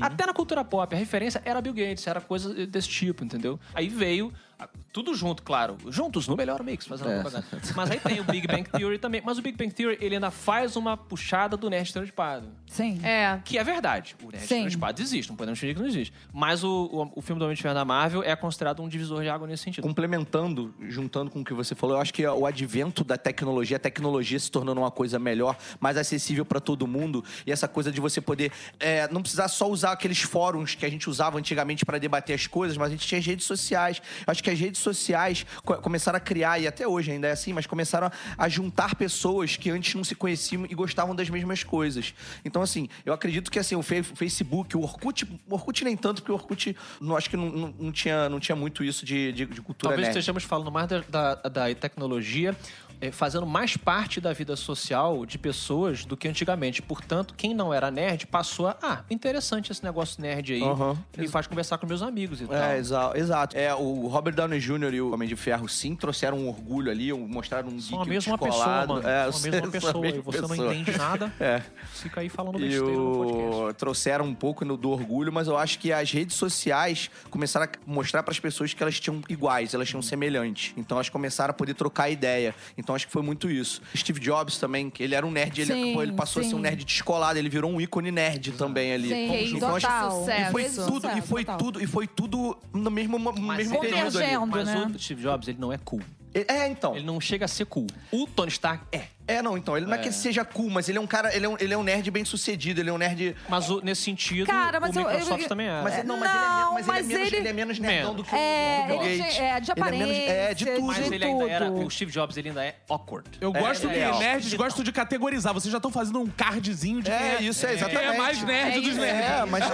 S4: Até na cultura pop, a referência era Bill Gates, era coisa desse tipo, entendeu? Aí veio, a- tudo junto, claro. Juntos, no melhor mix, fazendo propaganda. tá? Mas aí tem o Big Bang Theory também. Mas o Big Bang Theory, ele ainda faz uma puxada do nerd estereotipado.
S3: Sim.
S5: É.
S4: Que é verdade. O nerd
S3: Sim.
S4: estereotipado existe, não podemos fingir que não existe. Mas o, o, o filme do Homem de Ferro da Marvel é considerado um divisor de água nesse sentido.
S2: Complementando, juntando com o que você falou, eu acho que o advento da tecnologia, a tecnologia se tornando uma coisa melhor, mais acessível pra todo mundo, e essa coisa de você poder é, não precisar só usar aqueles fóruns que a gente usava antigamente pra debater as coisas, mas a gente tinha as redes sociais. Eu acho que as redes sociais co- começaram a criar, e até hoje ainda é assim, mas começaram a- a juntar pessoas que antes não se conheciam e gostavam das mesmas coisas. Então, assim, eu acredito que assim, o Fe- Facebook, o Orkut, o Orkut nem tanto, porque o Orkut, não, acho que não, não- não tinha, não tinha muito isso de, de- de cultura
S4: Talvez
S2: nerd.
S4: estejamos falando mais da, da- da tecnologia, eh, fazendo mais parte da vida social de pessoas do que antigamente. Portanto, quem não era nerd passou a. Ah, interessante esse negócio nerd aí.
S2: Aham.
S4: Me faz conversar com meus amigos e tal.
S2: É, exa- exato. É, o Robert Downey Jr. e o Homem de Ferro, sim, trouxeram um orgulho ali, um- mostraram um
S4: São a
S2: geek
S4: mesma pessoa,
S2: descolado.
S4: mano.
S2: É,
S4: São a mesma pessoa. E você não
S2: pessoa.
S4: entende nada,
S2: É.
S4: fica aí falando
S2: E
S4: besteira no podcast.
S2: o... trouxeram um pouco no- do orgulho, mas eu acho que as redes sociais começaram a mostrar para as pessoas que elas tinham iguais, elas
S4: Uhum.
S2: tinham semelhantes. Então elas começaram a poder trocar ideia. Então acho que foi muito isso. Steve Jobs também, que ele era um nerd, ele,
S3: Sim,
S2: pô, ele passou a ser um
S3: sim.
S2: nerd descolado, ele virou um ícone nerd também ali.
S3: Sim,
S5: Fez
S2: Então, acho que
S3: total.
S5: sucesso.
S2: E foi
S3: Fez
S2: tudo, e
S3: sucesso,
S2: foi
S3: total.
S2: tudo, e foi tudo no mesmo, no mesmo
S4: ele-
S2: período ali.
S3: Convergendo.
S4: mas
S3: né?
S4: o Steve Jobs, ele não é cool.
S2: É, então.
S4: Ele não chega a ser cool. O Tony Stark é.
S2: É, não, então. Ele não é,
S4: É.
S2: que seja cool, mas ele é um cara. Ele é um, ele é um nerd bem sucedido, ele é um nerd.
S4: Mas o- nesse sentido,
S3: Cara, mas
S4: o
S3: eu- eu-
S4: Microsoft
S3: eu-
S4: também é.
S2: Mas, não, mas, ele, é, men-
S3: Não,
S2: mas, ele, é
S3: mas
S2: menos,
S3: ele-
S2: ele... é menos nerdão do
S4: Menos.
S2: que o
S3: É,
S2: do Bill
S3: ele
S2: Gates.
S3: tinha- é, de
S2: Ele menos- é, de
S3: aparência,
S2: tudo.
S4: Mas
S3: de
S4: ele ainda era.
S3: tudo.
S4: O Steve Jobs ele ainda é awkward.
S1: Eu gosto
S2: é,
S1: que
S2: é, ó.
S1: nerds gostam de categorizar. Vocês já estão fazendo um cardzinho de
S2: É,
S1: quem
S2: isso, é,
S1: quem é
S2: exatamente.
S1: mais nerd
S5: É
S1: dos
S5: isso.
S1: nerds.
S2: É, mas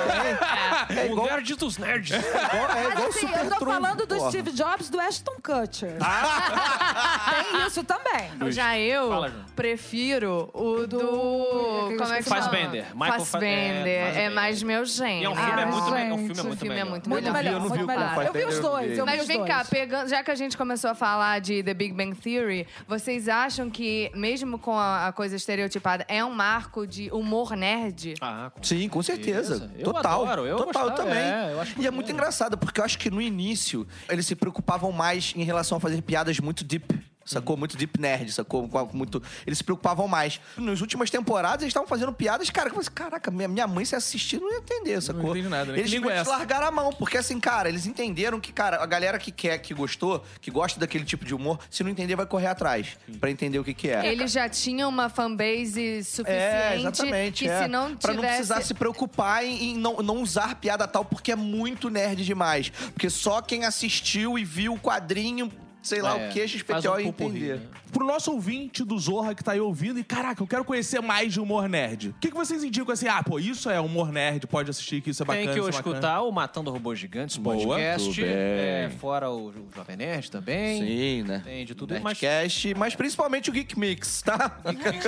S2: tem. É
S4: o
S2: igual.
S4: nerd dos nerds.
S2: É
S3: Mas
S2: igual
S3: assim, eu tô
S2: Supertrunfo,
S3: falando do
S2: porra.
S3: Steve Jobs do Ashton Kutcher. Tem isso também.
S5: Já eu
S4: Fala, Ju.
S5: prefiro o do.
S3: que
S5: Como é que
S4: Fassbender.
S5: chama?
S4: Michael Fa-
S5: Fassbender.
S4: é,
S5: É,
S4: Fassbender.
S5: mais meu gênero.
S4: E é um filme, é
S3: Ah,
S4: muito, melhor. o
S3: gente,
S4: filme é
S5: o
S4: muito
S5: filme
S4: melhor.
S5: é muito
S3: Muito
S5: melhor.
S3: melhor,
S2: eu não vi
S3: muito
S2: o Kung
S3: melhor.
S2: Fu
S3: Eu vi
S2: Fighter,
S3: os
S2: eu
S3: dois,
S2: vi.
S3: eu vi
S5: Mas
S3: os
S5: vem
S3: dois.
S5: cá, pegando, já que a gente começou a falar de The Big Bang Theory, vocês acham que, mesmo com a, a coisa estereotipada, é um marco de humor nerd?
S4: Ah, com
S2: Sim, com certeza.
S4: Eu
S2: Total.
S4: adoro, eu
S2: Total,
S4: gostava,
S2: eu também.
S4: é, eu acho
S2: e é
S4: maneiro.
S2: muito engraçado, porque eu acho que no início eles se preocupavam mais em relação a fazer piadas muito deep.
S4: Uhum.
S2: Sacou? Muito deep nerd, sacou? Com- com Muito... Eles se preocupavam mais. Nas últimas temporadas, eles estavam fazendo piadas, cara, que eu falei assim, caraca, minha, minha mãe se assistir não ia entender, sacou?
S1: entende nada, né? Que
S2: Eles
S1: língua é
S2: simplesmente
S1: essa?
S2: largaram a mão, porque assim, cara, eles entenderam que, cara, a galera que quer, que gostou, que gosta daquele tipo de humor, se não entender, vai correr atrás pra entender o que que é.
S5: Ele já tinha uma fanbase suficiente
S2: É, exatamente.
S5: que
S2: é.
S5: se não
S2: Pra não precisar
S5: tivesse...
S2: se preocupar em, em não, não usar piada tal, porque é muito nerd demais. Porque só quem assistiu e viu o quadrinho, sei lá
S4: É,
S2: o que,
S4: faz um
S2: XPTO ia
S4: pupurri,
S2: entender.
S4: né?
S1: Pro nosso ouvinte do Zorra que tá aí ouvindo, e caraca, eu quero conhecer mais de humor nerd. O que, que vocês indicam assim? Ah, pô, isso é humor nerd, pode assistir, que isso é bacana.
S4: Tem que eu
S1: isso é bacana.
S4: escutar o Matando Robôs Gigantes, o
S2: Boa, tudo
S4: podcast.
S2: bem.
S4: é, fora o, o Jovem Nerd também.
S2: Sim, né?
S4: Tem de tudo, mas-
S2: Nerdcast, mas... principalmente o Geek Mix, tá?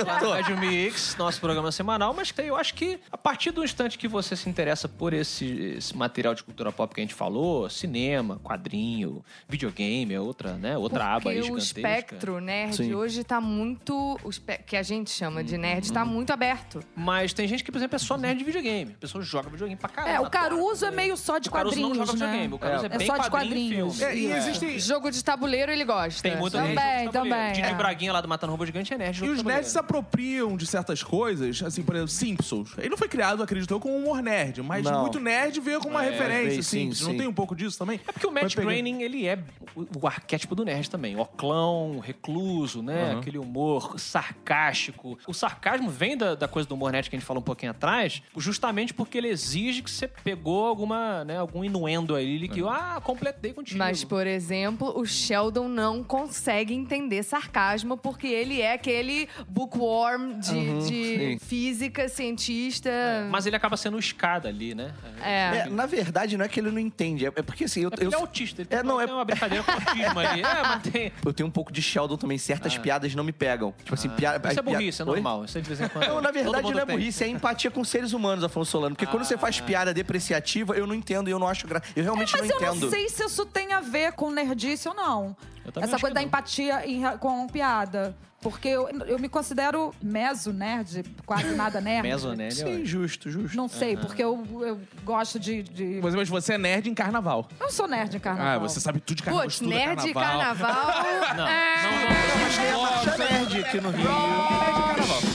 S4: lá no Rádio Mix, nosso programa semanal, mas tem- eu acho que a partir do instante que você se interessa por esse, esse material de cultura pop que a gente falou, cinema, quadrinho, videogame, é outra, né, outra aba aí
S5: Porque o
S4: gigantesca.
S5: espectro nerd
S2: Sim.
S5: hoje tá muito... O espe- que a gente chama de nerd, tá muito aberto.
S4: Mas tem gente que, por exemplo, é só nerd de videogame. A pessoa joga videogame pra caramba.
S3: É, o Caruso é meio só de
S4: O Caruso não
S3: quadrinhos,
S4: joga
S3: né?
S4: videogame, o Caruso é, bem
S3: só de
S4: quadrinho e
S3: quadrinhos.
S4: filme.
S1: É, e
S3: Isso.
S1: existem.
S5: Jogo de tabuleiro ele gosta.
S4: Tem muito
S5: Sabe?
S3: Também,
S4: nerd. de tabuleiro.
S3: também,
S4: Didi
S3: é.
S4: Braguinha lá do Matando Robô Gigante é nerd. de
S1: E os
S4: tabuleiro.
S1: nerds se apropriam de certas coisas, assim, por exemplo, Simpsons. Ele não foi criado, acredito eu, com humor nerd, mas
S2: Não.
S1: muito nerd veio com uma referência,
S2: bem, sim,
S1: Simpsons. Não
S2: sim.
S1: tem um pouco disso também?
S4: É porque o Matt Groening, ele é o, o arquétipo do nerd também. O clão, recluso, né? Aquele humor sarcástico. O sarcasmo vem da, da coisa do humor nerd que a gente falou um pouquinho atrás, justamente porque ele exige que você pegou alguma, né, algum inuendo aí que, ah, completei contigo.
S5: Mas, por exemplo, o Sheldon não consegue entender sarcasmo porque ele é aquele bookworm de,
S2: Uhum,
S5: de física, cientista.
S4: Mas ele acaba sendo o escada ali, né?
S5: É.
S2: É, na verdade, não é que ele não entende, é é porque assim, eu,
S4: É porque
S2: eu,
S4: ele é autista. Ele
S2: É, não,
S4: tem
S2: é-
S4: uma brincadeira com autismo ali. É, mas tem...
S2: eu tenho um pouco de Sheldon também, certas piadas não me pegam. Tipo assim, piada.
S4: Ah. Isso é
S2: piada-
S4: burrice, é
S2: Oi?
S4: normal. Isso é de vez em quando.
S2: Não, na
S4: todo
S2: verdade
S4: mundo
S2: não é
S4: tem.
S2: burrice, é empatia com seres humanos, Afonso Solano. Porque quando você faz piada depreciativa, eu não entendo e eu não acho graça. Eu realmente
S3: É, Mas
S2: não
S3: eu
S2: entendo.
S3: não sei se isso tem a ver com nerdice ou não.
S4: Eu também acho
S3: Essa
S4: que
S3: coisa da
S4: não.
S3: empatia em re- com piada. Porque eu, eu me considero meso nerd, quase nada nerd.
S4: Mesonelli,
S2: Sim, justo, justo.
S3: Não sei, porque eu, eu gosto de, de-
S1: Mas, mas você é nerd em carnaval.
S3: Eu sou nerd em carnaval.
S1: Ah, você sabe tudo de carnaval.
S5: Putz,
S1: estuda
S5: nerd de carnaval.
S4: Não,
S5: é.
S4: não, não.
S2: Tem a Marcha Nerd aqui no Rio.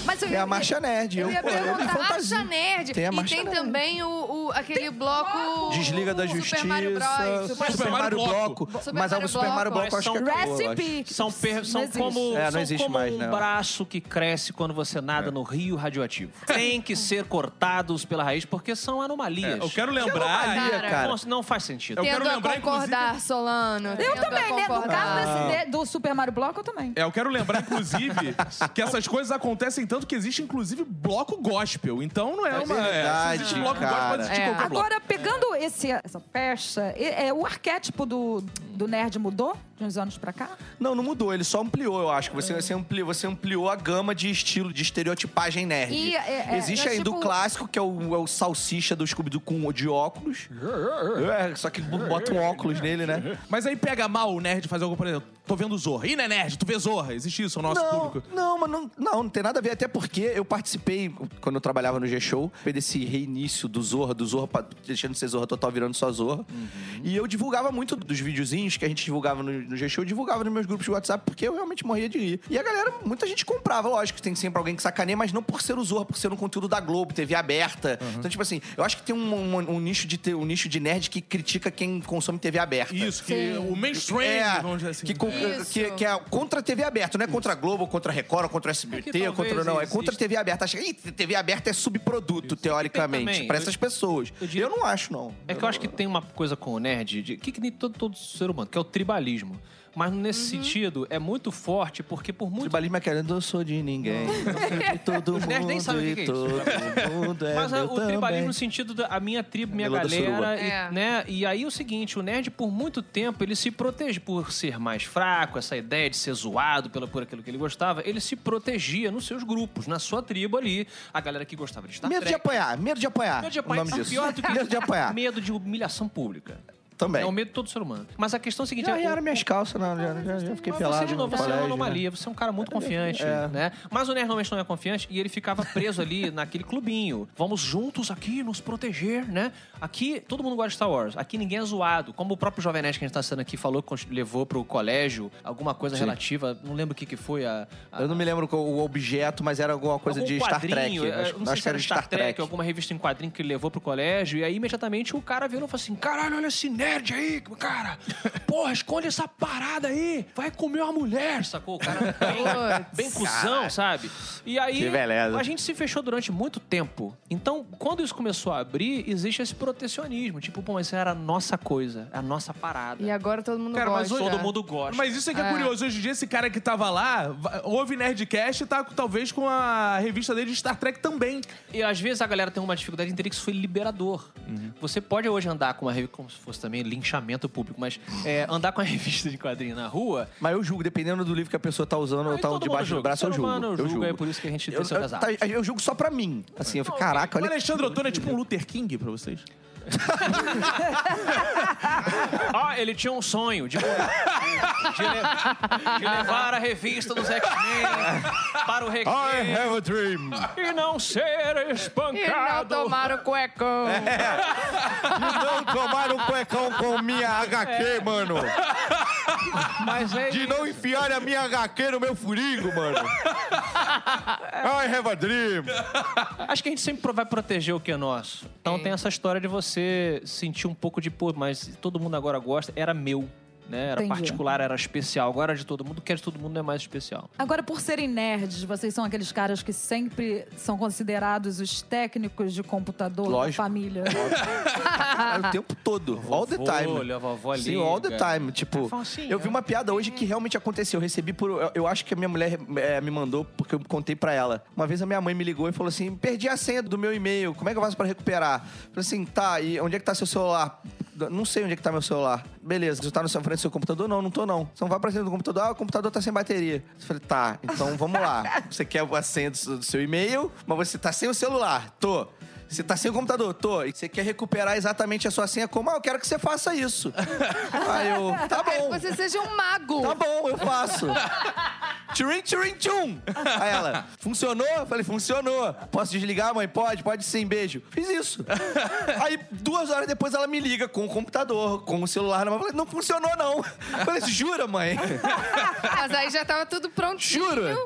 S3: Mas eu
S2: Tem
S3: ia-
S2: É a Marcha Nerd.
S3: eu
S2: Eu,
S3: ia
S2: pô, eu me
S3: perguntar,
S2: fantasia.
S5: Marcha Nerd.
S2: Tem a Marcha
S5: e tem
S2: Nerd.
S5: também o, o- aquele bloco.
S2: Desliga da
S5: Super
S2: Justiça.
S5: Mario Bros.
S2: Super,
S1: Super
S2: Mario
S1: Mario
S2: Bloco.
S5: Super
S2: Mas é
S5: Mario
S2: o Super Mario
S5: Bloco.
S2: Bloco eu acho que
S4: Mas
S2: acabou. eu acho.
S3: Recipe.
S4: São, per- são
S3: Não existe.
S4: como,
S2: É, não
S4: são
S2: existe
S4: como
S2: mais,
S4: um
S2: né? É.
S4: braço que cresce quando você nada no rio radioativo. Tem que ser cortados pela raiz, porque são anomalias.
S2: É,
S1: Eu quero
S2: Maria,
S1: lembrar.
S5: Cara,
S2: é, cara.
S4: Afonso, Não faz sentido.
S1: Eu
S5: Tendo
S1: quero
S5: a
S1: lembrar,
S5: concordar, Solano.
S3: Eu
S5: Tendo a
S3: também, né? No
S5: concordar.
S3: caso
S4: Ah.
S3: desse- de- do Super Mario Bloco, eu também.
S1: É, eu quero lembrar, inclusive, que essas coisas acontecem tanto que existe, inclusive, bloco gospel. Então não é, uma.
S2: verdade,
S1: é, se existe bloco
S2: cara.
S1: gospel, pode existir
S5: É.
S1: qualquer bloco.
S3: Agora, pegando esse, essa pecha, e- é, o arquétipo do, do nerd mudou? de uns anos pra cá?
S2: Não, não mudou, ele só ampliou, eu acho. que Você, você, ampliou, você ampliou a gama de estilo, de estereotipagem nerd.
S3: E, é, é,
S2: Existe
S3: mas,
S2: ainda o
S3: tipo-
S2: clássico, que é o, é o salsicha do Scooby-Doo com de óculos. É, só que bota um óculos nele, né?
S1: Mas aí pega mal o nerd faz alguma, por exemplo, tô vendo Zorra. Ih, não é nerd, tu vê Zorra. Existe isso no nosso
S2: não,
S1: público.
S2: Não, mas não, não, não tem nada a ver. Até porque eu participei, quando eu trabalhava no G-Show, foi desse reinício do Zorra, do Zorra pa- deixando de ser Zorra total, virando só Zorra.
S1: Uhum.
S2: E eu divulgava muito dos videozinhos que a gente divulgava no, no G-Show, eu divulgava nos meus grupos de WhatsApp, porque eu realmente morria de rir. E a galera, muita gente comprava, lógico, tem sempre alguém que sacaneia, mas não por ser o Zorra, por ser um conteúdo da Globo, TV aberta.
S1: Uhum.
S2: Então, tipo assim, eu acho que tem um, um- um nicho de, te- um nicho de nerd que critica quem consome TV aberta.
S1: Isso, que o mainstream,
S2: É,
S1: vamos dizer assim.
S2: que, con-
S5: Isso.
S2: que, que é contra a TV aberta, não é contra a Globo, contra a Record, contra a SBT,
S4: É que talvez
S2: contra não, é contra a
S4: exista.
S2: TV aberta. Acha- Ih, TV aberta é subproduto, teoricamente,
S4: também.
S2: pra
S4: Eu-
S2: essas pessoas. Eu,
S4: eu diria-
S2: não acho, não.
S4: É que eu acho que tem uma coisa com o nerd, de, que, que nem todo, todo ser humano, que é o tribalismo. Mas nesse
S3: Uhum.
S4: sentido, é muito forte, porque por muito
S2: Tribalismo é querendo, eu sou de ninguém. Eu sou de todo
S4: Os nerds nem
S2: mundo
S4: sabem o
S2: e
S4: que é isso.
S2: todo mundo é
S4: Mas a-
S2: meu
S4: o
S2: também.
S4: tribalismo no sentido da a minha tribo, minha
S2: Melô da
S4: galera,
S2: suruba.
S4: e,
S5: É.
S4: né? E aí o seguinte, o nerd por muito tempo ele se protege por ser mais fraco, essa ideia de ser zoado pela, por aquilo que ele gostava, ele se protegia nos seus grupos, na sua tribo ali, a galera que gostava de Star
S2: Medo de
S4: Trek.
S2: apanhar, medo de apanhar.
S4: Medo de
S2: o
S4: apanhar,
S2: nome
S4: isso é
S2: disso.
S4: pior do que
S2: Medo de apanhar.
S4: medo de humilhação pública.
S2: Também.
S4: É o medo de todo ser humano. Mas a questão é a seguinte,
S2: Já
S4: é,
S2: arranharam minhas calças, não, já, já- já fiquei
S4: mas
S2: pelado.
S4: Você, de novo,
S2: no
S4: você é uma
S2: colégio, né? É.
S4: anomalia, você é um cara muito confiante, né? Mas o Nerd normalmente não é confiante e ele ficava preso ali naquele clubinho. Vamos juntos aqui nos proteger, né? Aqui todo mundo gosta de Star Wars, aqui ninguém é zoado. Como o próprio Jovem Nerd que a gente tá sendo aqui falou, que cons- levou pro colégio alguma coisa relativa, não lembro o que que foi a... a-
S2: Eu não me lembro qual- o objeto, mas era alguma coisa
S4: algum
S2: de Star Trek.
S4: quadrinho, é,
S2: Acho,
S4: não sei
S2: acho
S4: se era de Star, Trek, alguma revista em quadrinho que ele levou pro colégio, e aí imediatamente o cara virou e falou assim: caralho, olha esse nerd aí, cara. Porra, esconde essa parada aí, vai comer uma mulher, sacou? O cara bem, bem cuzão, sabe? E aí
S2: Que beleza.
S4: a gente se fechou durante muito tempo. Então, quando isso começou a abrir, existe esse protecionismo. Tipo, pô, mas isso era a nossa coisa, é a nossa parada.
S5: E agora todo mundo
S1: Cara, mas
S5: gosta.
S1: hoje-
S4: Todo mundo gosta.
S1: Mas isso é que é, curioso. Hoje em dia, esse cara que tava lá, va- ouve Nerdcast e tá com- talvez com a revista dele de Star Trek também.
S4: E às vezes a galera tem uma dificuldade em entender que isso foi liberador.
S2: Uhum.
S4: Você pode hoje andar com uma revista, como se fosse também linchamento público, mas é, andar com a revista de quadrinho na rua.
S2: Mas eu julgo, dependendo do livro que a pessoa tá usando ou
S4: Aí
S2: tá
S4: todo mundo
S2: debaixo do
S4: julga.
S2: braço, eu
S4: Ser
S2: julgo.
S4: humano, eu
S2: eu
S4: julgo,
S2: julgo.
S4: é por isso que a gente tem
S2: eu,
S4: seu
S2: eu-
S4: casal.
S2: tá- eu julgo só pra mim. Assim, eu fico, caraca,
S1: O
S2: olha.
S1: Alexandre Ottoni é tipo um Luther King pra vocês.
S4: Ah, ele tinha um sonho de, de le- de levar a revista dos X-Men para o recreio
S2: have a dream.
S4: e não ser
S5: E não
S4: espancado.
S5: tomaram o cuecão.
S2: É. Não tomar um cuecão com minha HQ,
S4: É.
S2: mano.
S4: Mas é isso.
S2: não enfiar a minha HQ no meu furingo, mano. I have a dream.
S4: Acho que a gente sempre vai proteger o que é nosso. Então tem essa história de você sentir um pouco de, pô, mas todo mundo agora gosta, era meu. Né? Era
S3: Entendi.
S4: particular, era especial. Agora é de todo mundo, quer de todo mundo não é mais especial.
S3: Agora, por serem nerds, vocês são aqueles caras que sempre são considerados os técnicos de computador
S2: Lógico.
S3: da família.
S2: o tempo todo. All the
S4: Ah. Vovô,
S2: time.
S4: olha, a vovó
S2: Sim,
S4: liga. É
S2: all the time. Tipo,
S4: Afonsinho.
S2: eu vi uma piada hoje que realmente aconteceu. Eu recebi por. Eu, eu acho que a minha mulher eh, me mandou, porque eu contei pra ela. Uma vez a minha mãe me ligou e falou assim: perdi a senha do meu e-mail, como é que eu faço pra recuperar? Eu Falei assim, tá, e onde é que tá seu celular? Não sei onde é que tá meu celular. Beleza, você tá na sua frente do seu computador? Não, não tô não. Então vai pra cima do computador, ah, o computador tá sem bateria. Eu falei, tá, então vamos lá. Você quer a senha do seu- do seu e-mail, mas você tá sem o celular. Tô. Você tá sem o computador, tô. E você quer recuperar exatamente a sua senha como? Ah, eu quero que você faça isso. Aí eu, tá
S5: Quero
S2: bom.
S5: que você seja um mago.
S2: Tá bom, eu faço. Tchurrim, tchurrim, tchum. Aí ela, funcionou? Eu falei, funcionou. Posso desligar, mãe? Pode, pode sim, beijo. Fiz isso. Aí, duas horas depois, ela me liga com o computador, com o celular na mão. Eu falei, não funcionou, não. Eu falei, jura, mãe?
S5: Mas aí já tava tudo prontinho.
S2: Jura?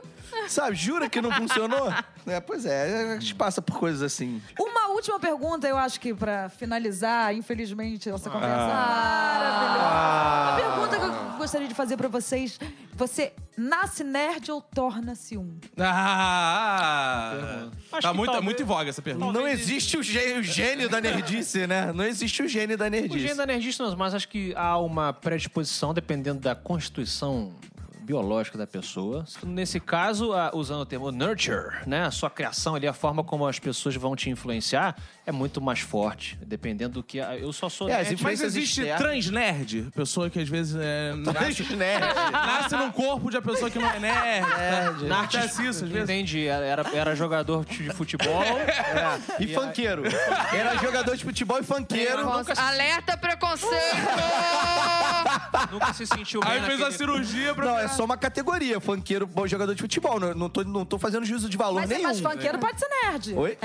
S2: Sabe, jura que não funcionou? É, pois é, a gente passa por coisas assim.
S3: Uma última pergunta, eu acho que pra finalizar, infelizmente, essa conversa
S2: Ah.
S3: maravilhosa. Uma pergunta que eu gostaria de fazer pra vocês: você nasce nerd ou torna-se um?
S1: Ah!
S4: Acho
S1: tá
S4: que
S1: muito, tá
S4: talvez-
S1: muito em voga essa pergunta.
S2: Não existe o gênio, o gênio da nerdice, né? Não existe o gênio da
S4: O gênero
S2: nerdice.
S4: da nerdista, não, mas acho que há uma predisposição, dependendo da constituição biológico da pessoa. Nesse caso, a- usando o termo nurture, né? A sua criação ali, a forma como as pessoas vão te influenciar é muito mais forte, dependendo do que... a- eu só sou...
S2: É, as
S4: nerd,
S1: Mas
S2: Influências
S1: existe
S2: externas.
S1: transnerd, pessoa que às vezes é, nasce,
S2: né?
S1: nasce num corpo de uma pessoa que não é nerd.
S4: nerd.
S1: Acontece isso é assim, às vezes.
S4: Entendi, era, era jogador de futebol.
S2: É. E funkeiro. Era jogador de futebol e funkeiro.
S5: Preconce- Alerta preconceito!
S4: Nunca se sentiu bem
S1: Aí fez a
S4: naquele-
S1: cirurgia pra...
S2: Não, é só uma categoria. Funkeiro, bom jogador de futebol. né? Não, não, tô, não tô fazendo juízo de valor
S3: Mas, é
S2: nenhum.
S3: mas funkeiro pode ser nerd. É.
S2: Oi?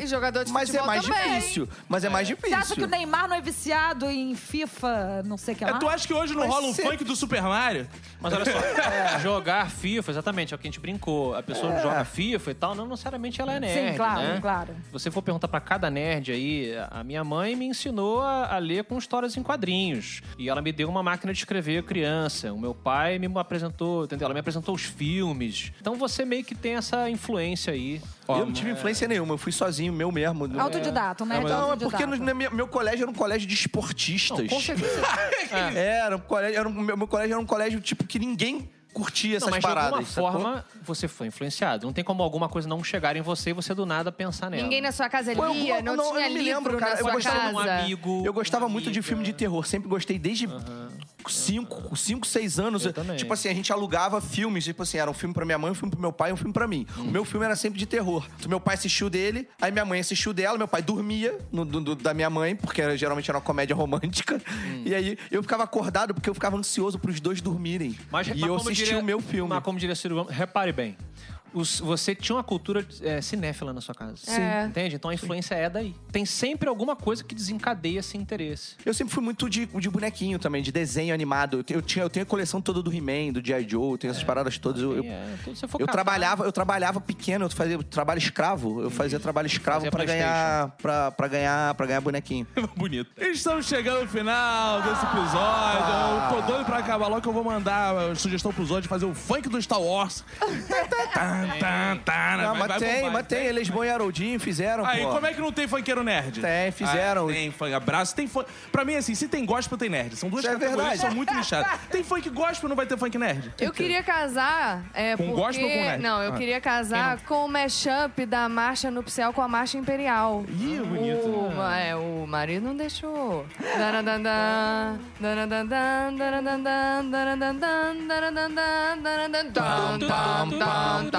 S5: e jogador de
S2: Mas é
S5: futebol
S2: mais
S5: também.
S2: difícil. Mas é mais
S3: Você
S2: difícil.
S3: acha que o Neymar não é viciado em FIFA, não sei o que
S1: É,
S3: lá?
S1: tu acha que hoje não
S2: Mas
S1: rola um
S2: cê-
S1: funk do Super Mario?
S4: Mas olha só, jogar FIFA, exatamente, é o que a gente brincou. A pessoa
S1: É.
S4: joga FIFA e tal, não necessariamente ela é nerd.
S3: Sim, claro,
S4: né?
S3: claro.
S4: Se você for perguntar pra cada nerd aí, a minha mãe me ensinou a, a ler com histórias em quadrinhos. E ela me deu uma máquina de escrever criança. O meu pai me apresentou, entendeu? Ela me apresentou os filmes. Então você meio que tem essa influência aí.
S2: Eu não tive influência nenhuma. Eu fui sozinho, meu mesmo.
S3: Autodidata, um nerd
S2: Não, é
S3: autodidata.
S2: porque no, no meu, meu colégio era um colégio de esportistas.
S4: Não, com certeza.
S2: Era um colégio, era um, meu, meu colégio era um colégio tipo que ninguém curtia essas
S4: Não, mas
S2: paradas.
S4: de
S2: sacou?
S4: alguma forma, você foi influenciado. Não tem como alguma coisa não chegar em você e você do nada pensar nela.
S5: Ninguém na sua casa
S2: Pô, eu-
S5: lia, não,
S2: não, eu não
S5: tinha
S2: me
S5: livro
S2: lembro, cara.
S5: na
S2: Eu
S5: sua
S2: gostava
S5: casa.
S2: de um
S4: amigo.
S2: Eu gostava
S4: uma
S2: muito de
S4: amiga.
S2: filme de terror, sempre gostei desde 5, 6 anos.
S4: Eu também.
S2: Tipo assim, a gente alugava filmes, tipo assim, era um filme pra minha mãe, um filme pro meu pai, um filme pra mim.
S4: Hum.
S2: O meu filme era sempre de terror. Então, meu pai assistiu dele, aí minha mãe assistiu dela, meu pai dormia no, do- do- da minha mãe, porque era- geralmente era uma comédia romântica.
S4: Hum.
S2: E aí eu ficava acordado porque eu ficava ansioso pros dois dormirem.
S4: Mas,
S2: e
S4: mas
S2: eu
S4: como
S2: assisti
S4: diria-
S2: o meu filme.
S4: Mas como diria Ciro Gomes, repare bem. os- você tinha uma cultura é, cinéfila na sua casa.
S5: É.
S4: Entende? Então a influência é daí. Tem sempre alguma coisa que desencadeia esse interesse.
S2: Eu sempre fui muito de, de bonequinho também, de desenho animado. Eu, te- eu tinha, eu tenho a coleção toda do He-Man, do G.I. Joe, eu tenho essas paradas todas. Eu, eu-
S4: E é, quando você for
S2: eu
S4: catar-
S2: trabalhava, eu trabalhava pequeno, eu fazia trabalho escravo. Eu fazia trabalho escravo
S4: Fazia
S2: pra ganhar, pra, pra ganhar, para ganhar bonequinho.
S1: Bonito. Estamos chegando ao final desse episódio.
S2: Ah.
S1: Eu tô doido pra acabar logo que eu vou mandar a sugestão pro Zod de fazer o funk do Star Wars. Tá, tá, tá,
S2: Não,
S1: vai-
S2: mas
S1: vai
S2: tem,
S1: bombar. né?
S2: mas tem, eles bom e Haroldinho fizeram,
S1: Aí,
S2: pô.
S1: como é que não tem funkeiro nerd?
S2: Tem, fizeram.
S1: Ah, tem funk, abraço. Tem funk. Pra mim, assim, se tem gospel, tem nerd. São duas
S2: Isso é
S1: categorias que
S2: verdade.
S1: são muito lixadas. Tem funk gospel, não vai ter funk nerd.
S5: Eu queria casar. É,
S1: Com
S5: porque...
S1: gospel ou com nerd?
S5: Não, eu
S1: Ah.
S5: queria casar com o mashup da marcha nupcial com a marcha imperial.
S1: Ih, bonito.
S5: O, ma- é, o marido não deixou. Darandandan, darandandan, darandandan, darandandan, darandandan, darandandan,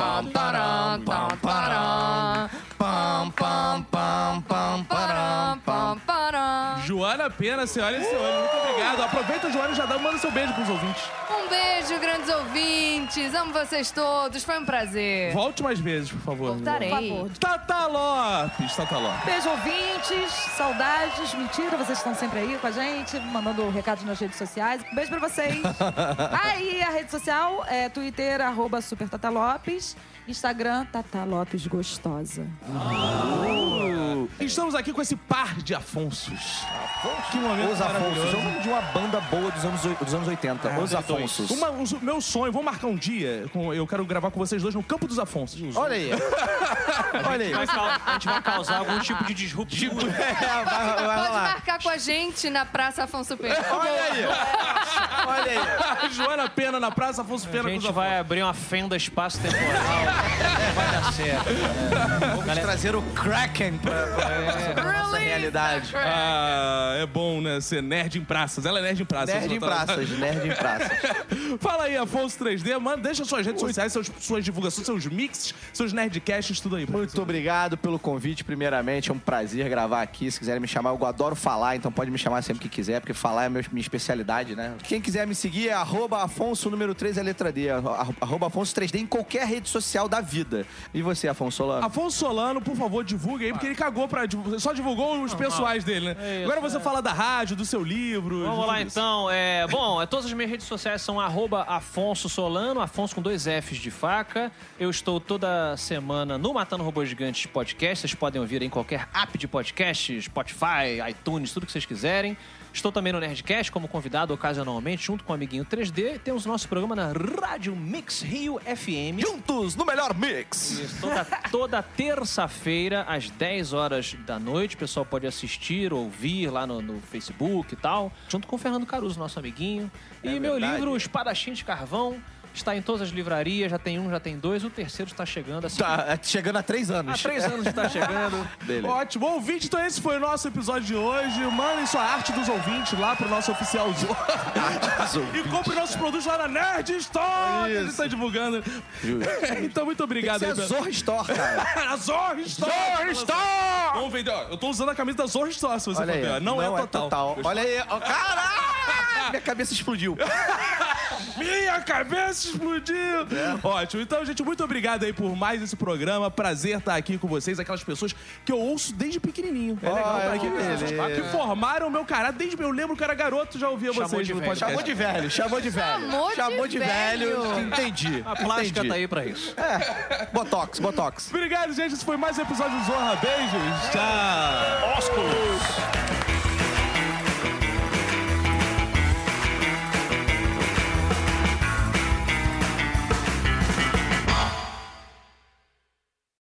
S5: tam, tam, tam, taram, tam, taram,
S2: Pam, pam, pam, pam,
S5: param,
S2: param, pam.
S5: pam, param.
S1: Joana Pena, senhora e senhores, muito obrigado. Aproveita, Joana, e já dá, manda seu beijo pros ouvintes.
S5: Um beijo, grandes ouvintes. Amo vocês todos. Foi um prazer.
S1: Volte mais vezes, por favor.
S5: Voltarei.
S3: Por favor.
S1: Tata Lopes, Tata Lopes.
S3: Beijo, ouvintes, saudades, mentira, vocês estão sempre aí com a gente, mandando recados nas redes sociais. Beijo pra vocês. aí, a rede social é Twitter, arroba Super Tata Lopes, Instagram, Tata Lopes Gostosa.
S1: Estamos aqui com esse par de Afonsos. Que momento
S2: Os Afonsos,
S1: maravilhoso.
S2: é o nome de uma banda boa dos anos, oi- dos anos 80. Os Afonsos.
S1: É, Uma- o meu sonho, vamos marcar um dia. com- eu quero gravar com vocês dois no Campo dos Afonsos.
S2: Olha aí. Olha aí.
S4: Vai cau- a gente vai causar algum tipo de disruptivo.
S2: É, vai, vai
S5: Pode
S2: rolar.
S5: marcar com a gente na Praça Afonso Pena.
S2: Olha aí. Olha aí.
S1: Joana Pena na Praça Afonso Pena
S4: A
S1: com os
S4: gente
S1: Afonsos.
S4: vai abrir uma fenda espaço-temporal.
S2: Vamos trazer o Kraken pra, pra nossa
S5: Release
S2: realidade.
S1: Ah, é bom, né? Ser nerd em praças. Ela é nerd em praças.
S2: Nerd em
S1: Tata Lopes.
S2: praças, nerd em praças.
S1: Fala aí, Afonso 3D. Mano, deixa suas redes sociais, seus- suas divulgações, seus mixes, seus nerdcasts, tudo aí. pra
S2: Muito obrigado pelo convite, primeiramente. É um prazer gravar aqui. Se quiserem me chamar, eu adoro falar, então pode me chamar sempre que quiser, porque falar é meu- minha especialidade, né? Quem quiser me seguir é arroba Afonso número 3 é a letra D. arro- Arroba Afonso 3D em qualquer rede social da vida. E você, Afonso Solano?
S1: Afonso Solano, por favor, divulgue aí, porque ele cagou pra. divu- Só divulgou os pessoais dele, né?
S4: É isso,
S1: Agora você fala da rádio, do seu livro. de
S4: Vamos
S1: tudo
S4: lá
S1: isso.
S4: então. É, bom, é, todas as minhas redes sociais são arroba Afonso Solano, Afonso com dois Fs de faca. Eu estou toda semana no Matando Robôs Gigantes podcast. Vocês podem ouvir em qualquer app de podcast, Spotify, iTunes, tudo que vocês quiserem. Estou também no Nerdcast como convidado ocasionalmente, junto com o amiguinho 3D. Temos nosso programa na Rádio Mix Rio FM.
S2: Juntos no melhor mix!
S4: Isso, Toda, toda terça-feira, às 10 horas da noite, o pessoal pode assistir, ouvir lá no, no Facebook e tal, junto com o Fernando Caruso, nosso amiguinho. e meu
S2: É verdade.
S4: livro, Espadachim de Carvão, Está em todas as livrarias, já tem um, já tem dois. O terceiro está chegando. Assim,
S2: Tá chegando a três
S4: Há
S2: anos.
S4: três anos está chegando.
S2: Dele.
S1: Ótimo, ouvinte, então esse foi o nosso episódio de hoje. Mandem sua arte dos ouvintes lá pro nosso oficial Zorro. E compre nossos produtos lá na Nerd Store. que A gente tá divulgando. então, muito obrigado
S2: Isso é
S1: aí, pela-
S2: Zorra Store, cara.
S1: A Zorro Store!
S2: Zorra Store!
S1: Vamos vender, ó. Eu tô usando a camisa da Zorro Store, se você
S2: Olha
S1: for
S2: aí,
S1: ver.
S2: ó.
S1: Não, é total.
S2: Olha aí, ó. caralho! Minha cabeça explodiu.
S1: Minha cabeça explodiu! Ótimo. Então, gente, muito obrigado aí por mais esse programa. Prazer estar aqui com vocês, aquelas pessoas que eu ouço desde pequenininho. É legal
S2: Olha
S1: estar aqui
S2: que
S1: com pessoas
S2: beleza.
S1: que formaram o meu caráter desde eu lembro que eu era garoto, já ouvia
S4: Chamou
S1: vocês
S4: de
S1: no
S4: velho.
S1: podcast.
S2: Chamou de velho, chamou de velho.
S5: Chamou de velho.
S2: Entendi.
S4: A plástica
S2: entendi.
S4: tá aí para isso.
S2: É. Botox, botox.
S1: Obrigado, gente. Esse foi mais um episódio do Zorra. Beijos. Tchau.
S6: Ósculos.